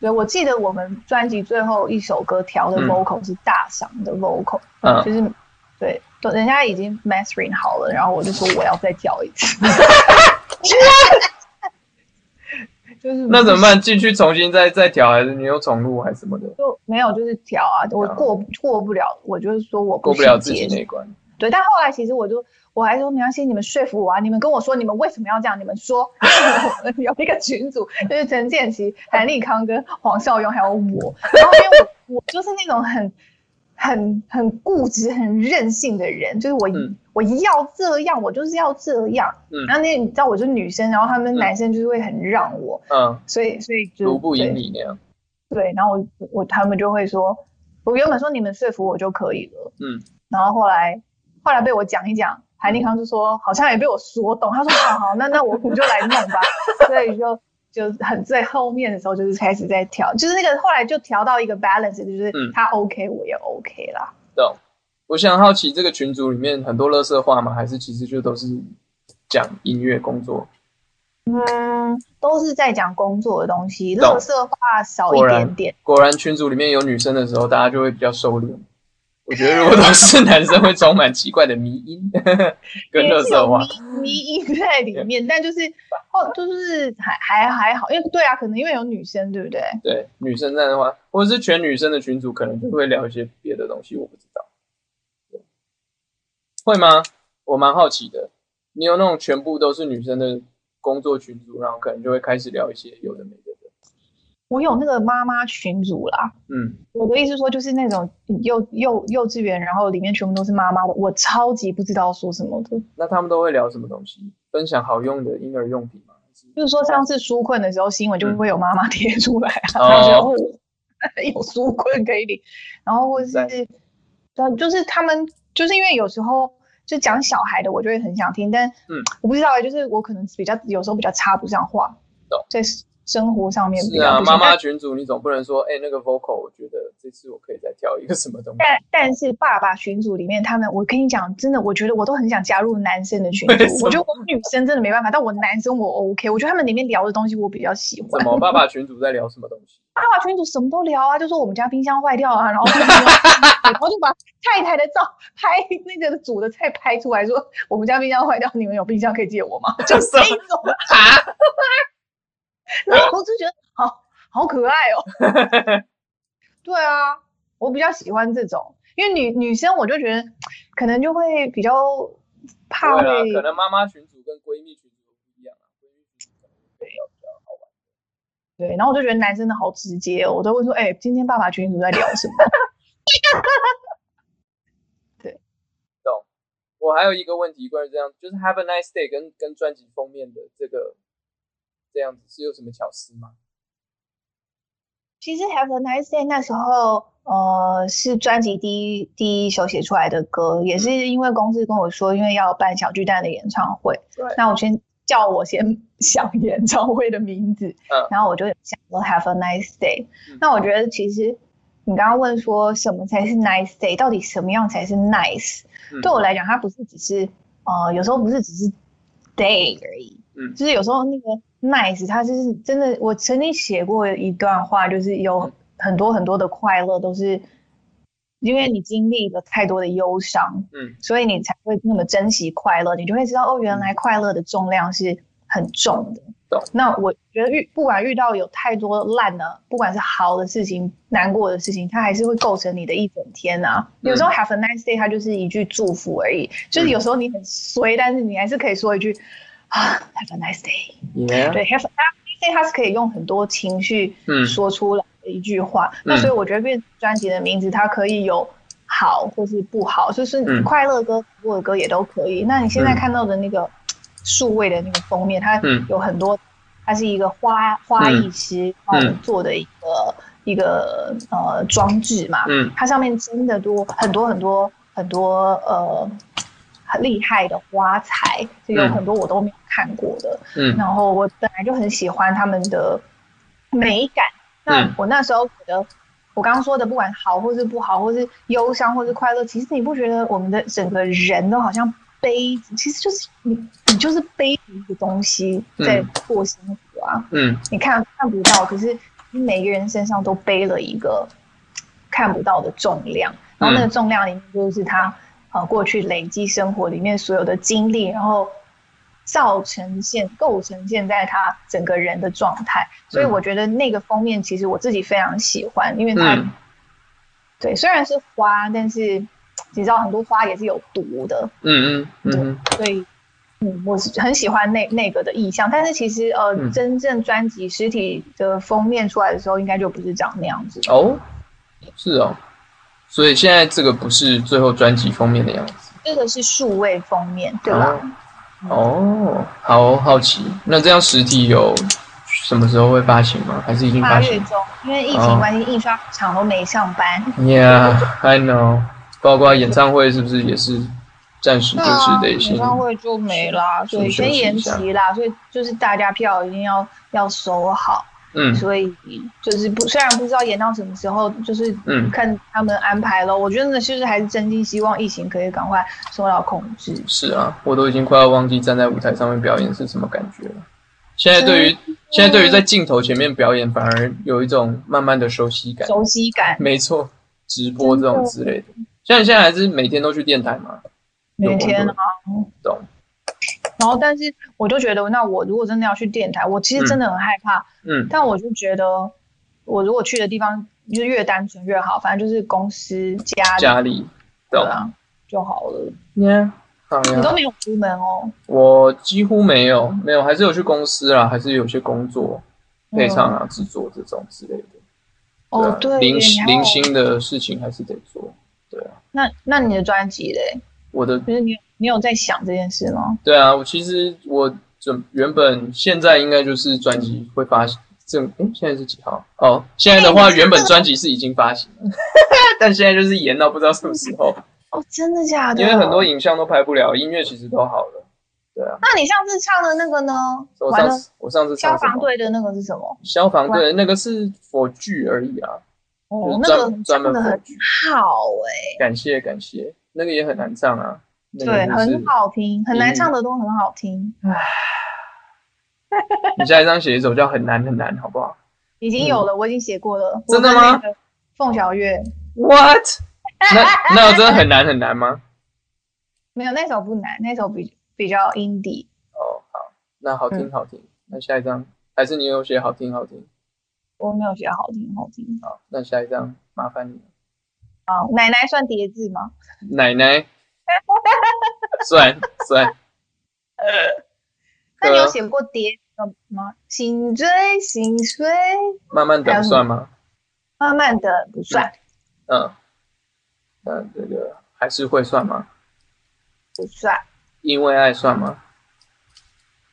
Speaker 2: 对，我记得我们专辑最后一首歌调的
Speaker 1: 嗯
Speaker 2: vocal 是大嗓的 vocal，、就
Speaker 1: 嗯，
Speaker 2: 是对，都人家已经 mastering 好了，然后我就说我要再调一次。就是
Speaker 1: 那怎么办？进去重新再再调，还是你又重录，还是什么的？
Speaker 2: 就没有就是调啊，我
Speaker 1: 调
Speaker 2: 过过不了，我就是说我
Speaker 1: 嗯过不
Speaker 2: 不
Speaker 1: 了
Speaker 2: 了
Speaker 1: 自己那一关。
Speaker 2: 对，但后来其实我就我还说没关系，你们说服我啊，你们跟我说你们为什么要这样，你们说。 有一个群组，就是陈建奇、韩立康跟黄少勇还有我，然后因为我我就是那种很很很固执、很任性的人，就是我、
Speaker 1: 嗯
Speaker 2: 我要这样，我就是要这样。
Speaker 1: 嗯
Speaker 2: 然后那你知道我是女生，然后他们男生就是会很让我，
Speaker 1: 嗯，
Speaker 2: 所以所以就
Speaker 1: 如不
Speaker 2: 对
Speaker 1: 赢你那样。
Speaker 2: 对，然后我我他们就会说，我原本说你们说服我就可以了，
Speaker 1: 嗯，
Speaker 2: 然后后来后来被我讲一讲，韩立康就说好像也被我说动，他说好好，那那我我就来弄 吧，所以就就很最后面的时候就是开始在调，就是那个后来就调到一个 balance，就是
Speaker 1: 嗯
Speaker 2: 他 OK 我也 OK 啦，
Speaker 1: 懂。我想好奇这个群组里面很多乐色话吗？还是其实就都是讲音乐工作？
Speaker 2: 嗯，都是在讲工作的东西，
Speaker 1: 懂
Speaker 2: 乐色话少一
Speaker 1: 果然
Speaker 2: 点点，
Speaker 1: 果然群组里面有女生的时候，大家就会比较收敛。我觉得如果都是男生，会充满奇怪的迷音跟
Speaker 2: 也
Speaker 1: 乐
Speaker 2: 是
Speaker 1: 色
Speaker 2: 有
Speaker 1: 话。
Speaker 2: 迷迷因在里面，但就是哦，就是还还还好，因为对啊，可能因为有女生，对不对？
Speaker 1: 对，女生站的话，或者是全女生的群组，可能就会聊一些别的东西，我不知道。会吗？我蛮好奇的。你有那种全部都是女生的工作群组，然后可能就会开始聊一些有的没的的。
Speaker 2: 我有那个妈妈群组啦，
Speaker 1: 嗯，
Speaker 2: 我的意思说就是那种幼幼幼稚园，然后里面全部都是妈妈的，我超级不知道说什么的。
Speaker 1: 那他们都会聊什么东西？分享好用的婴儿用品吗？还是
Speaker 2: 就是说上次纾困的时候，新闻就
Speaker 1: 嗯
Speaker 2: 会有妈妈 贴出来啊，
Speaker 1: 哦
Speaker 2: 然后觉得哦 有纾困可以领，然后或
Speaker 1: 在
Speaker 2: 是，对，啊就是他们就是因为有时候就讲小孩的，我就会很想听，但
Speaker 1: 嗯
Speaker 2: 我不知道欸，就是我可能比较有时候比较插不上话
Speaker 1: 懂，
Speaker 2: 在生活上面比
Speaker 1: 是
Speaker 2: 较
Speaker 1: 啊，
Speaker 2: 不行
Speaker 1: 妈妈
Speaker 2: 但
Speaker 1: 群主，你总不能说，哎、那个 vocal，我觉得这次我可以再挑一个什 么东西。
Speaker 2: 但但是爸爸群组里面，他们我跟你讲，真的，我觉得我都很想加入男生的群
Speaker 1: 为
Speaker 2: 组
Speaker 1: 什。么
Speaker 2: 我觉得我女生真的没办法，但我男生我 OK。我觉得他们里面聊的东西我比较喜欢
Speaker 1: 怎。么？爸爸群主在聊什么东西？
Speaker 2: 爸爸群组什么都聊啊，就说我们家冰箱坏掉啊，然后就 然后就把太太的照拍那个煮的菜拍出来说，我们家冰箱坏掉，你们有冰箱可以借我吗？ 就是这 一种啊，然后我就觉得好好可爱哦。 对啊，我比较喜欢这种，因为女女生我就觉得可能就会比较怕
Speaker 1: 对啊，
Speaker 2: 会
Speaker 1: 可能妈妈群主跟闺蜜群主不一样啊，闺蜜群主可能会聊比较好玩。
Speaker 2: 对，然后我就觉得男生的好直接、哦，我都会说，哎、今天爸爸群组在聊什么？
Speaker 1: 我还有一个问题，关于这样，就是 Have a nice day 跟跟专辑封面的这个这样子是有什么巧思吗？
Speaker 2: 其实《Have a Nice Day》那时候，呃，是专辑第一第一首写出来的歌，也是因为公司跟我说，因为要办小巨蛋的演唱会
Speaker 1: 对，
Speaker 2: 那我先叫我先 想演唱会的名字，
Speaker 1: 嗯
Speaker 2: 然后我就想说《Have a Nice Day
Speaker 1: 嗯》。
Speaker 2: 那我觉得其实你刚刚问说什么才是 nice day，到底什么样才是 nice？
Speaker 1: 嗯
Speaker 2: 对我来讲，它不是只是呃，有时候不是只是 day 而已，
Speaker 1: 嗯
Speaker 2: 就是有时候那个 nice，它就是真的。我曾经写过一段话，就是
Speaker 1: 嗯
Speaker 2: 有很多很多的快乐都是因为你经历了太多的忧伤，
Speaker 1: 嗯，
Speaker 2: 所以你才会那么珍惜快乐，你就会知道哦，原来快乐的重量是很重的。
Speaker 1: 懂
Speaker 2: 那我觉得遇不管遇到有太多烂的，不管是好的事情、难过的事情，它还是会构成你的一整天啊。
Speaker 1: 嗯
Speaker 2: 有时候 Have a nice day，它就是一句祝福而已。就是有时候你很衰，但是你还是可以说一句啊，Have a nice day。
Speaker 1: 耶，
Speaker 2: 对，have have，因为它是可以用很多情绪
Speaker 1: 嗯
Speaker 2: 说出来的一句话。那
Speaker 1: 嗯
Speaker 2: 所以我觉得，变成专辑的名字它可以有好或是不好，就是
Speaker 1: 嗯
Speaker 2: 快乐歌、难过的歌也都可以。那你现在
Speaker 1: 嗯
Speaker 2: 看到的那个数位的那个封面，它
Speaker 1: 嗯
Speaker 2: 有很多，它是一个花花艺师帮我
Speaker 1: 嗯
Speaker 2: 们做的一个一个呃装置嘛，
Speaker 1: 嗯
Speaker 2: 它上面真的多很多很多很多呃很厉害的花材，就有
Speaker 1: 嗯
Speaker 2: 很多我都没有看过的。
Speaker 1: 嗯
Speaker 2: 然后我本来就很喜欢他们的美感。那
Speaker 1: 嗯
Speaker 2: 我那时候觉得，我我刚刚说的，不管好或是不好，或是忧伤或是快乐，其实你不觉得我们的整个人都好像背，其实就是你你就是背着一个东西在过生活啊，
Speaker 1: 嗯，
Speaker 2: 你看看不到，可是你每个人身上都背了一个看不到的重量，然后那个重量里面就是他呃过去累积生活里面所有的经历，然后造成现构成现在他整个人的状态。所以我觉得那个封面其实我自己非常喜欢，因为它、
Speaker 1: 嗯
Speaker 2: 对虽然是花，但是你知道很多花也是有毒的，
Speaker 1: 嗯嗯嗯嗯
Speaker 2: 所以，嗯，我是很喜欢那那个的意象，但是其实呃，
Speaker 1: 嗯
Speaker 2: 真正专辑实体的封面出来的时候，应该就不是长那样子。
Speaker 1: 哦，是哦，所以现在这个不是最后专辑封面的样子
Speaker 2: 这个是数位封面，对吧？嗯
Speaker 1: 哦，好好奇，那这样实体有什么时候会发行吗？还是哦已经
Speaker 2: 八
Speaker 1: 发
Speaker 2: 月
Speaker 1: 行
Speaker 2: 中，因为疫情关系，印刷厂都没上班。
Speaker 1: ？Yeah，I know，包括演唱会是不是也是暂时就是得
Speaker 2: 演
Speaker 1: 先
Speaker 2: 唱会就没啦，所以
Speaker 1: 先休
Speaker 2: 先
Speaker 1: 息
Speaker 2: 延
Speaker 1: 一下
Speaker 2: 期啦，所以就是大家票一定要要收好，
Speaker 1: 嗯
Speaker 2: 所以就是不虽然不知道延到什么时候，就是
Speaker 1: 嗯
Speaker 2: 看他们安排咯。我觉得呢，就是还是真心希望疫情可以赶快受到控制。
Speaker 1: 是啊，我都已经快要忘记站在舞台上面表演是什么感觉了。现在对于现在对于在镜头前面表演，反而有一种慢慢的熟悉感。嗯
Speaker 2: 熟悉感，
Speaker 1: 没错，直播这种之类的。像你现在还是每天都去电台吗？
Speaker 2: 每天啊。
Speaker 1: 懂。
Speaker 2: 然后，但是我就觉得，那我如果真的要去电台，我其实真的很害怕。
Speaker 1: 嗯
Speaker 2: 但我就觉得，我如果去的地方就越单纯越好，反正就是公司、家里
Speaker 1: 家里懂
Speaker 2: 对。啊就好了。
Speaker 1: Yeah，好
Speaker 2: 你都
Speaker 1: 呀。
Speaker 2: 没有出门哦，
Speaker 1: 我几乎没有，没有，还是有去公司啦，还是有些工作配上啊、制作这种之类的。
Speaker 2: 嗯哦，
Speaker 1: 对啊，
Speaker 2: 对，
Speaker 1: 零
Speaker 2: 你还有
Speaker 1: 零。星的事情还是得做。对啊，
Speaker 2: 那那你的专辑嘞？
Speaker 1: 我的
Speaker 2: 就是你有你有在想这件事吗？
Speaker 1: 对啊，我其实我准原本现在应该就是专辑会发行，正诶，现在是几号？哦，现在的
Speaker 2: 哎
Speaker 1: 话原本专辑是已经发行 了，但现在就是延到不知道什么时候，
Speaker 2: 哦，真的假的？
Speaker 1: 因为很多。影像都拍不了，音乐其实都好了。对啊，
Speaker 2: 那你上次唱的那个呢？
Speaker 1: 所以我
Speaker 2: 完
Speaker 1: 上
Speaker 2: 了，
Speaker 1: 次我上次
Speaker 2: 消
Speaker 1: 唱什
Speaker 2: 防
Speaker 1: 么？
Speaker 2: 队的那个是什么？
Speaker 1: 消防队那个是佛剧而已啊，
Speaker 2: 哦，
Speaker 1: 就
Speaker 2: 那
Speaker 1: 是
Speaker 2: 个
Speaker 1: 专专
Speaker 2: 唱
Speaker 1: 门
Speaker 2: 的
Speaker 1: 佛
Speaker 2: 很
Speaker 1: 剧。
Speaker 2: 好哎、
Speaker 1: 感谢感谢，那个也很难唱啊，那个
Speaker 2: 对，
Speaker 1: 就
Speaker 2: 很
Speaker 1: 是
Speaker 2: 好听，很难
Speaker 1: 嗯
Speaker 2: 唱的都很好听，
Speaker 1: 你下一张写一首叫很难很难，好不好
Speaker 2: 已经有了，我已经写过了。
Speaker 1: 嗯真的
Speaker 2: 我跟那
Speaker 1: 吗
Speaker 2: 个凤小岳
Speaker 1: ？What？那那真的很难很难吗？
Speaker 2: 没有那首不难，那首比比较 indie。
Speaker 1: 哦，好，那好听好听，那下一张还是你有写好听好听，
Speaker 2: 我没有写好听好听
Speaker 1: 好，那下一
Speaker 2: 嗯
Speaker 1: 张麻烦你了，
Speaker 2: 啊，奶奶算叠字吗？
Speaker 1: 奶奶，算算，
Speaker 2: 那你有
Speaker 1: 呃
Speaker 2: 写过叠字吗？醒追醒睡，
Speaker 1: 慢慢
Speaker 2: 还
Speaker 1: 等
Speaker 2: 有
Speaker 1: 算吗？
Speaker 2: 慢慢的不算
Speaker 1: 嗯，那这个还是会算吗？
Speaker 2: 不算
Speaker 1: 因为爱算吗？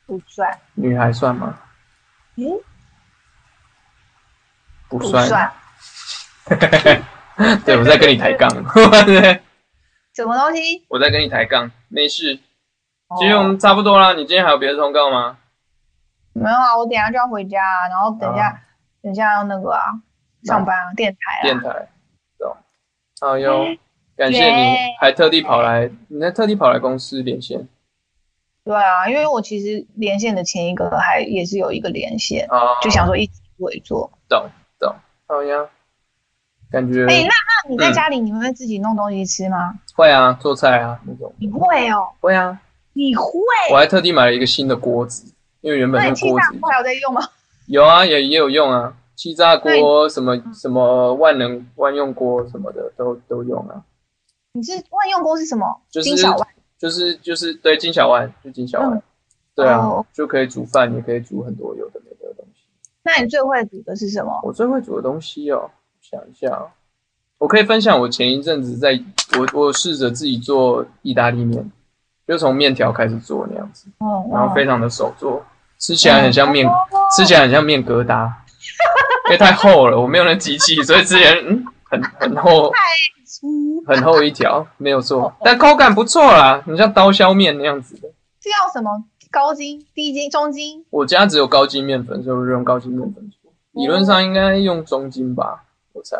Speaker 2: 不算，
Speaker 1: 女孩算吗？
Speaker 2: 诶，
Speaker 1: 不
Speaker 2: 嗯不
Speaker 1: 算，
Speaker 2: 算，
Speaker 1: 对我在跟你抬 杠，对
Speaker 2: 什么东西？
Speaker 1: 我在跟你抬杠，没事，
Speaker 2: 哦
Speaker 1: 其实我们差不多啦。你今天还有别的通告吗？
Speaker 2: 没有啊，我等一下就要回家啊，然后等一
Speaker 1: 啊
Speaker 2: 下等一下要那个啊，上班啊，电台
Speaker 1: 电
Speaker 2: 啊，
Speaker 1: 台，懂？好哟，感谢你
Speaker 2: 耶
Speaker 1: 还特地跑来，你还特地跑来公司连线
Speaker 2: 对啊，因为我其实连线的前一个还也是有一个连线。
Speaker 1: 啊，
Speaker 2: 就想说一起做一做。
Speaker 1: 懂懂，好呀，感觉
Speaker 2: 哎、那那你在
Speaker 1: 嗯
Speaker 2: 家里你会自己弄东西吃吗？
Speaker 1: 会啊，做菜啊那种，
Speaker 2: 你会哦，
Speaker 1: 会啊，
Speaker 2: 你会。
Speaker 1: 我还特地买了一个新的锅子，因为原本
Speaker 2: 那
Speaker 1: 那
Speaker 2: 你
Speaker 1: 个
Speaker 2: 气
Speaker 1: 锅
Speaker 2: 炸
Speaker 1: 子
Speaker 2: 锅还有在用吗？
Speaker 1: 有啊，也也有用啊，气炸
Speaker 2: 那
Speaker 1: 锅什么
Speaker 2: 嗯
Speaker 1: 什么万能万用锅什么的都都用啊，
Speaker 2: 你是万用锅是什么？
Speaker 1: 就是
Speaker 2: 金小万。
Speaker 1: 就是就是对金小万就金小万
Speaker 2: 嗯，
Speaker 1: 对啊
Speaker 2: 哦，
Speaker 1: 就可以煮饭，也可以煮很多有的没的东西。
Speaker 2: 那你最会煮的是什么？
Speaker 1: 我最会煮的东西哦，想一下、哦，我可以分享我前一阵子在我我试着自己做意大利面，就从面条开始做那样子，
Speaker 2: 嗯，
Speaker 1: 然后非
Speaker 2: 嗯
Speaker 1: 常的手做，吃起来很像面，
Speaker 2: 哦
Speaker 1: 吃起来很像面疙瘩， 因为太厚了，我没有那机器，所以之前嗯很很厚
Speaker 2: 嗯
Speaker 1: 很厚一条，没有
Speaker 2: 哦
Speaker 1: 错，但口感不错啦，很像刀削面那样子的。
Speaker 2: 是要什么高筋、低筋、中筋？
Speaker 1: 我家只有高筋面粉，所以我就用高筋面粉做，理论上应该用中筋吧，我猜。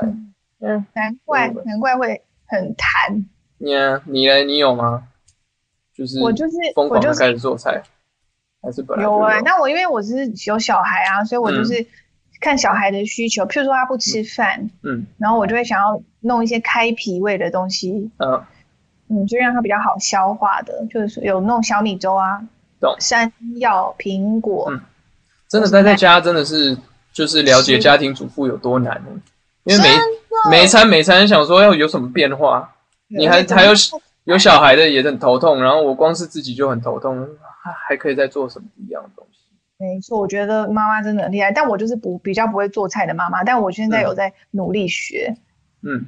Speaker 1: 嗯
Speaker 2: 难怪
Speaker 1: 对
Speaker 2: 难怪会很弹。
Speaker 1: 你呢？你呢？你有吗？就是
Speaker 2: 我就是
Speaker 1: 疯
Speaker 2: 我
Speaker 1: 狂
Speaker 2: 就
Speaker 1: 的
Speaker 2: 是
Speaker 1: 开始做菜，还是本来就
Speaker 2: 有哎、那我因为我是有小孩啊，所以我
Speaker 1: 嗯
Speaker 2: 就是看小孩的需求，譬如说他不吃饭，
Speaker 1: 嗯
Speaker 2: 然后我就会想要弄一些开脾胃的东西，
Speaker 1: 嗯
Speaker 2: 嗯，就让它比较好消化的，就是有弄小米粥啊
Speaker 1: 懂，
Speaker 2: 山药、苹果，
Speaker 1: 嗯真的待在家真的是就是了解家庭主妇有多难呢，嗯因为每每餐每餐想说要有什么变化，你还还有有小孩的也很头痛，然后我光是自己就很头痛，还还可以再做什么不一样的东西？
Speaker 2: 没错，我觉得妈妈真的很厉害，但我就是不比较不会做菜的妈妈，但我现
Speaker 1: 嗯
Speaker 2: 在有在努力学，
Speaker 1: 嗯，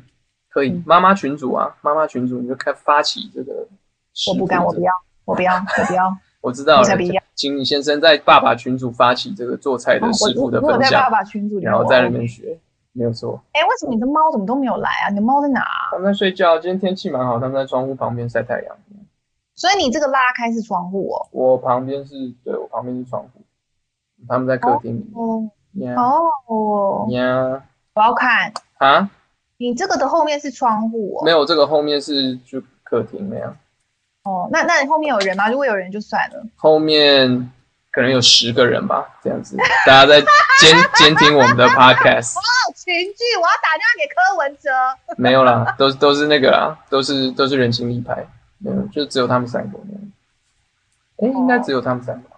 Speaker 1: 可以
Speaker 2: 嗯，
Speaker 1: 妈妈群主啊，妈妈群主你就开发起这个。
Speaker 2: 我不干，我不，要，我不要，啊我不要，
Speaker 1: 我知道
Speaker 2: 我才
Speaker 1: 了
Speaker 2: 不要，
Speaker 1: 请你先生在爸爸群组发起这个做菜的
Speaker 2: 我
Speaker 1: 师傅的
Speaker 2: 我我有
Speaker 1: 分
Speaker 2: 在
Speaker 1: 享
Speaker 2: 爸，爸群组里面
Speaker 1: 然
Speaker 2: 我
Speaker 1: 后
Speaker 2: OK，
Speaker 1: 在那边学，没有错。
Speaker 2: 哎，为什么你的猫怎么都没有来啊？你的猫在哪啊？
Speaker 1: 他们在睡觉，今天天气蛮好，他们在窗户旁边晒太阳。
Speaker 2: 所以你这个拉开是窗户哦。
Speaker 1: 我旁边是，对我旁边是窗户，他们在客厅里面。呀
Speaker 2: 哦哦，
Speaker 1: 呀
Speaker 2: 我要看
Speaker 1: 啊，
Speaker 2: 你这个的后面是窗户哦。
Speaker 1: 没有，这个后面是就客厅那样，
Speaker 2: 哦，那那后面有人吗？如果有人就算了。
Speaker 1: 后面可能有十个人吧，这样子，大家在 监监听我们的 podcast。
Speaker 2: 哦，群聚，我要打电话给柯文哲。
Speaker 1: 没有啦，都都是那个啦，都是都是人形立牌，没有，就只有他们三个那样。哎，应该只有他们三个吧。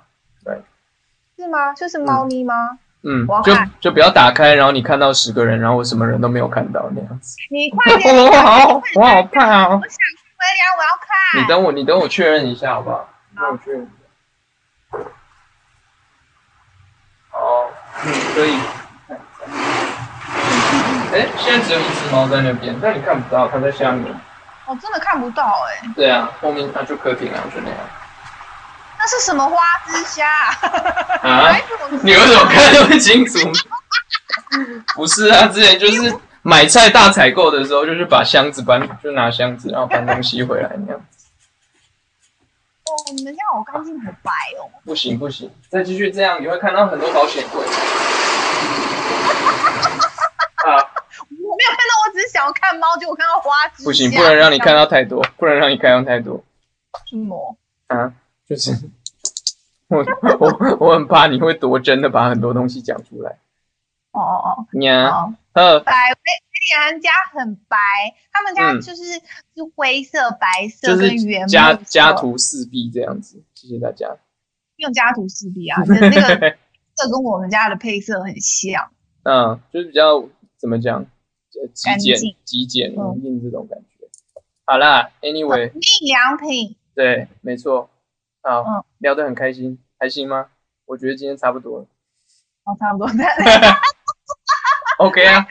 Speaker 2: 是吗？就是猫咪吗？
Speaker 1: 嗯
Speaker 2: 我，
Speaker 1: 就
Speaker 2: 看
Speaker 1: 就不要打开，然后你看到十个人，然后我什么人都没有看到那样子。
Speaker 2: 你快 点，
Speaker 1: 我好，我好怕哦
Speaker 2: 我。想去维良，我要看。
Speaker 1: 你等我，你等我确认一下好不好？你等我确认一下。哦，嗯，可以。哎，现在只有一只猫在那边，但你看不到，它在下面。
Speaker 2: 我哦真的看不到哎、
Speaker 1: 对啊，后面它就客厅啊，就那样。
Speaker 2: 那是什么花枝虾？哎
Speaker 1: 啊？你为什么看那么清楚？不是啊，之前就是买菜大采购的时候，就是把箱子搬，就拿箱子，然后搬东西回来那样。
Speaker 2: 哦，你们家好干净，好白哦。
Speaker 1: 不行不行，再继续这样，你会看到很多保险 柜。啊，
Speaker 2: 我没有看到，我只是想要看猫，结果看到花枝虾。
Speaker 1: 不行，不能让你看到太多，不能让你看到太多
Speaker 2: 什么？
Speaker 1: 啊！就是我我我很怕你会多真的把很多东西讲出来。
Speaker 2: 哦哦哦，
Speaker 1: 呀，
Speaker 2: 好
Speaker 1: 呃，
Speaker 2: 白维维良家很白，他们家
Speaker 1: 嗯
Speaker 2: 就是、是灰色、白色
Speaker 1: 就
Speaker 2: 跟
Speaker 1: 是
Speaker 2: 原木
Speaker 1: 家
Speaker 2: 色
Speaker 1: 家徒四壁这样子，谢谢大家。
Speaker 2: 没有家徒四 壁啊，你的那个色跟我们家的配色很像。
Speaker 1: 嗯，就是比较怎么讲，呃极
Speaker 2: 干
Speaker 1: 简
Speaker 2: 净、
Speaker 1: 极简、
Speaker 2: 嗯
Speaker 1: 宁静这种感觉。好啦，Anyway，
Speaker 2: 命良品，
Speaker 1: 对，没错，好，
Speaker 2: 嗯
Speaker 1: 聊得很开心，还行吗？我觉得今天差不多了。
Speaker 2: 哦，差不多。 但把
Speaker 1: OK 啊，
Speaker 2: 我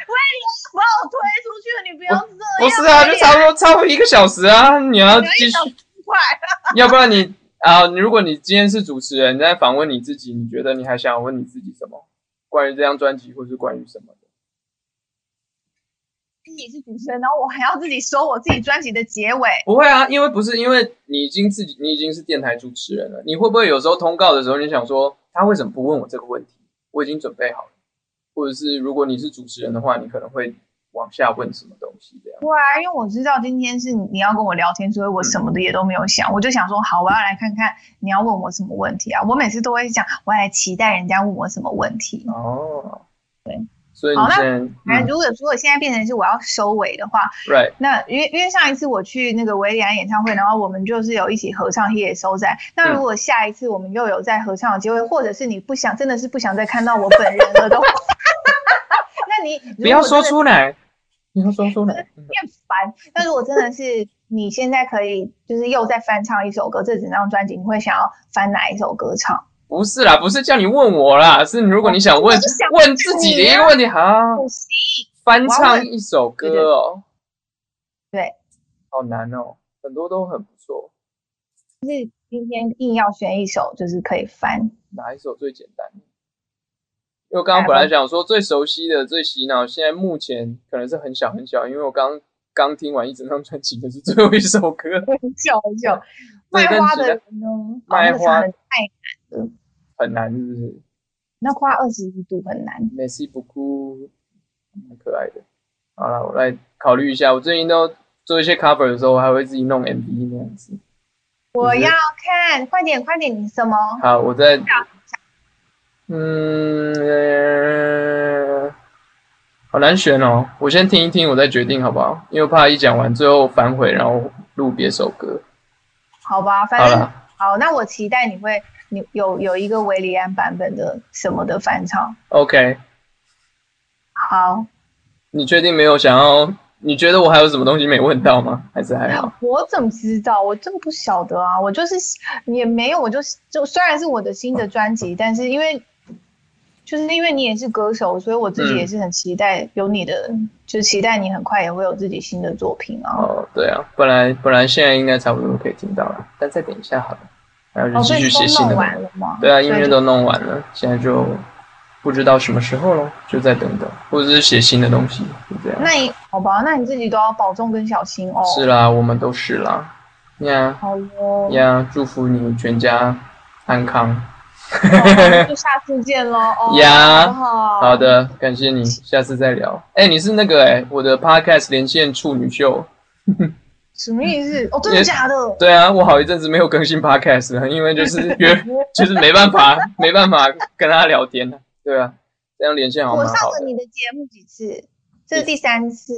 Speaker 2: 推出去，你不要这样。
Speaker 1: 不是啊，就差不多，差不多一个小时啊。你要
Speaker 2: 聊
Speaker 1: 继
Speaker 2: 一
Speaker 1: 续，
Speaker 2: 小时快。
Speaker 1: 要不然你啊，如果你今天是主持人，你在访问你自己，你觉得你还想问你自己什么？关于这张专辑，或是关于什么的？
Speaker 2: 自己是主持人，然后我还要自己收我自己专辑的结尾。
Speaker 1: 不会啊，因为不是因为你已经自己，你已经是电台主持人了，你会不会有时候通告的时候，你想说他为什么不问我这个问题？我已经准备好了，或者是如果你是主持人的话，你可能会往下问什么东西这样。
Speaker 2: 对啊，因为我知道今天是你要跟我聊天，所以
Speaker 1: 嗯
Speaker 2: 我什么的也都没有想，我就想说，好，我要来看看你要问我什么问题啊。我每次都会想，我要来期待人家问我什么问题。
Speaker 1: 哦，
Speaker 2: 对，
Speaker 1: 所以你
Speaker 2: 好那
Speaker 1: 现在、
Speaker 2: 哎、
Speaker 1: 嗯、
Speaker 2: 如果如果现在变成是我要收尾的话，
Speaker 1: right
Speaker 2: 那因为因为上一次我去那个维里安演唱会，然后我们就是有一起合唱《夜收在》。那如果下一次我们又有再合唱的机会，或者是你不想真的是不想再看到我本人了的话， 那你
Speaker 1: 不要说出 来，不要说出来。嗯
Speaker 2: 厌烦。那如果真的是你现在可以就是又再翻唱一首歌，这整张专辑你会想要翻哪一首歌唱？
Speaker 1: 不是啦，不是叫你问我啦，是如果你想问
Speaker 2: 哦我就想
Speaker 1: 问自己的一个问题，好、
Speaker 2: 不行，
Speaker 1: 翻
Speaker 2: 我要
Speaker 1: 唱
Speaker 2: 问
Speaker 1: 一首歌哦，
Speaker 2: 对，
Speaker 1: 好难哦，很多都很不错。
Speaker 2: 今天硬要选一首就是可以翻。
Speaker 1: 哪一首最简单？因为我刚刚本来想说最熟悉的、最洗脑，现在目前可能是很小很小，因为我刚刚听完一整张专辑的是最后一首歌。
Speaker 2: 很久很久，
Speaker 1: 对
Speaker 2: 卖
Speaker 1: 但
Speaker 2: 花
Speaker 1: 是
Speaker 2: 的人呢？
Speaker 1: 卖
Speaker 2: 哦那个
Speaker 1: 花
Speaker 2: 唱得太
Speaker 1: 很难，是不是？
Speaker 2: 那花二十一度很难。
Speaker 1: 梅西不哭，蛮可爱的。好了，我来考虑一下。我最近都做一些 cover 的时候，我还会自己弄 MV 那样子。
Speaker 2: 我要看，快点快点，你什么？
Speaker 1: 好，我在，嗯，呃好难选哦。我先听一听，我再决定好不好？因为怕一讲完最后反悔，然后录别首歌。
Speaker 2: 好吧，反
Speaker 1: 好
Speaker 2: 正
Speaker 1: 了，
Speaker 2: 好，那我期待你会你有有一个维里安版本的什么的翻唱。
Speaker 1: ，OK，
Speaker 2: 好，
Speaker 1: 你确定没有想要？你觉得我还有什么东西没问到吗？还是还好？
Speaker 2: 我怎么知道？我真不晓得啊！我就是也没有，我就是就虽然是我的新的专辑，但是因为就是因为你也是歌手，所以我自己
Speaker 1: 嗯
Speaker 2: 也是很期待有你的，就期待你很快也会有自己新的作品啊。
Speaker 1: 哦，对啊，本来本来现在应该差不多可以听到了，但再等一下好了，然后
Speaker 2: 哦，
Speaker 1: 就
Speaker 2: 所
Speaker 1: 嗯继
Speaker 2: 以
Speaker 1: 续写
Speaker 2: 你都
Speaker 1: 新的
Speaker 2: 弄
Speaker 1: 歌。
Speaker 2: 完了吗？
Speaker 1: 对啊，音
Speaker 2: 所以
Speaker 1: 乐
Speaker 2: 就
Speaker 1: 都弄完了，现在就不知道什么时候咯，就再等等，或者是写新的东西，就这样。
Speaker 2: 那你好吧，那你自己都要保重跟小心哦。
Speaker 1: 是啦，我们都是啦，呀
Speaker 2: 好哦，
Speaker 1: 呀，祝福你全家安康。
Speaker 2: 好那就下次见喽。哦，
Speaker 1: 呀
Speaker 2: 好不好？
Speaker 1: 好，的，感谢你，下次再聊。哎，你是那个哎，我的 podcast 连线处女秀。
Speaker 2: 什么意思？哦，真的
Speaker 1: 也
Speaker 2: 假的？
Speaker 1: 对啊，我好一阵子没有更新 podcast 了，因为就是约，就是没办法， 没办法跟他聊天了。对啊，这样连线好像
Speaker 2: 我
Speaker 1: 蛮
Speaker 2: 上
Speaker 1: 好
Speaker 2: 了
Speaker 1: 的。
Speaker 2: 你的节目几次？这是第三次。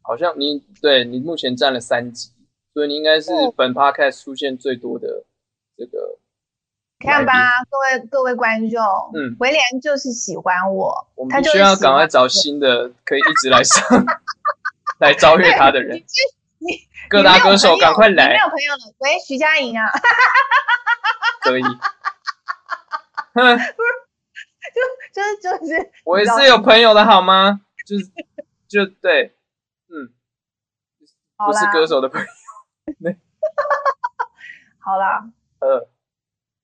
Speaker 1: 好像你对你目前占了三集，所以你应该是
Speaker 2: 嗯
Speaker 1: 本 podcast 出现最多的这个。
Speaker 2: 看吧，各位各位观众，
Speaker 1: 嗯
Speaker 2: 威廉就是喜欢我
Speaker 1: 我，
Speaker 2: 他
Speaker 1: 们必
Speaker 2: 就是
Speaker 1: 须要赶快找新的可以一直来 上来招
Speaker 2: 喜
Speaker 1: 越
Speaker 2: 欢
Speaker 1: 他的
Speaker 2: 你
Speaker 1: 人，
Speaker 2: 这你
Speaker 1: 各大歌手赶快
Speaker 2: 你没
Speaker 1: 来，
Speaker 2: 有朋友了，喂，徐佳莹啊，
Speaker 1: 可以。哼，
Speaker 2: 就是就是，
Speaker 1: 我也
Speaker 2: 你知
Speaker 1: 是
Speaker 2: 道
Speaker 1: 有朋友的好吗？就是就对，嗯，
Speaker 2: 好
Speaker 1: 不是
Speaker 2: 啦，
Speaker 1: 歌手的朋友。
Speaker 2: 好啦，
Speaker 1: 呃，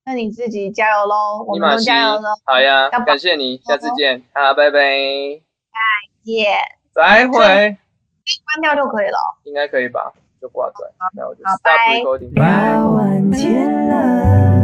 Speaker 2: 那你自己加油喽，我
Speaker 1: 尼
Speaker 2: 们
Speaker 1: 玛
Speaker 2: 都
Speaker 1: 西
Speaker 2: 加油喽，，
Speaker 1: 好呀，
Speaker 2: 要不
Speaker 1: 感谢你，下次见，好，拜拜，
Speaker 2: 耶，
Speaker 1: 再会，
Speaker 2: 关掉就可以了，
Speaker 1: 应该可以吧？就挂断，那我就
Speaker 2: 好
Speaker 1: stop
Speaker 2: 拜
Speaker 1: recording。
Speaker 3: 把晚天了。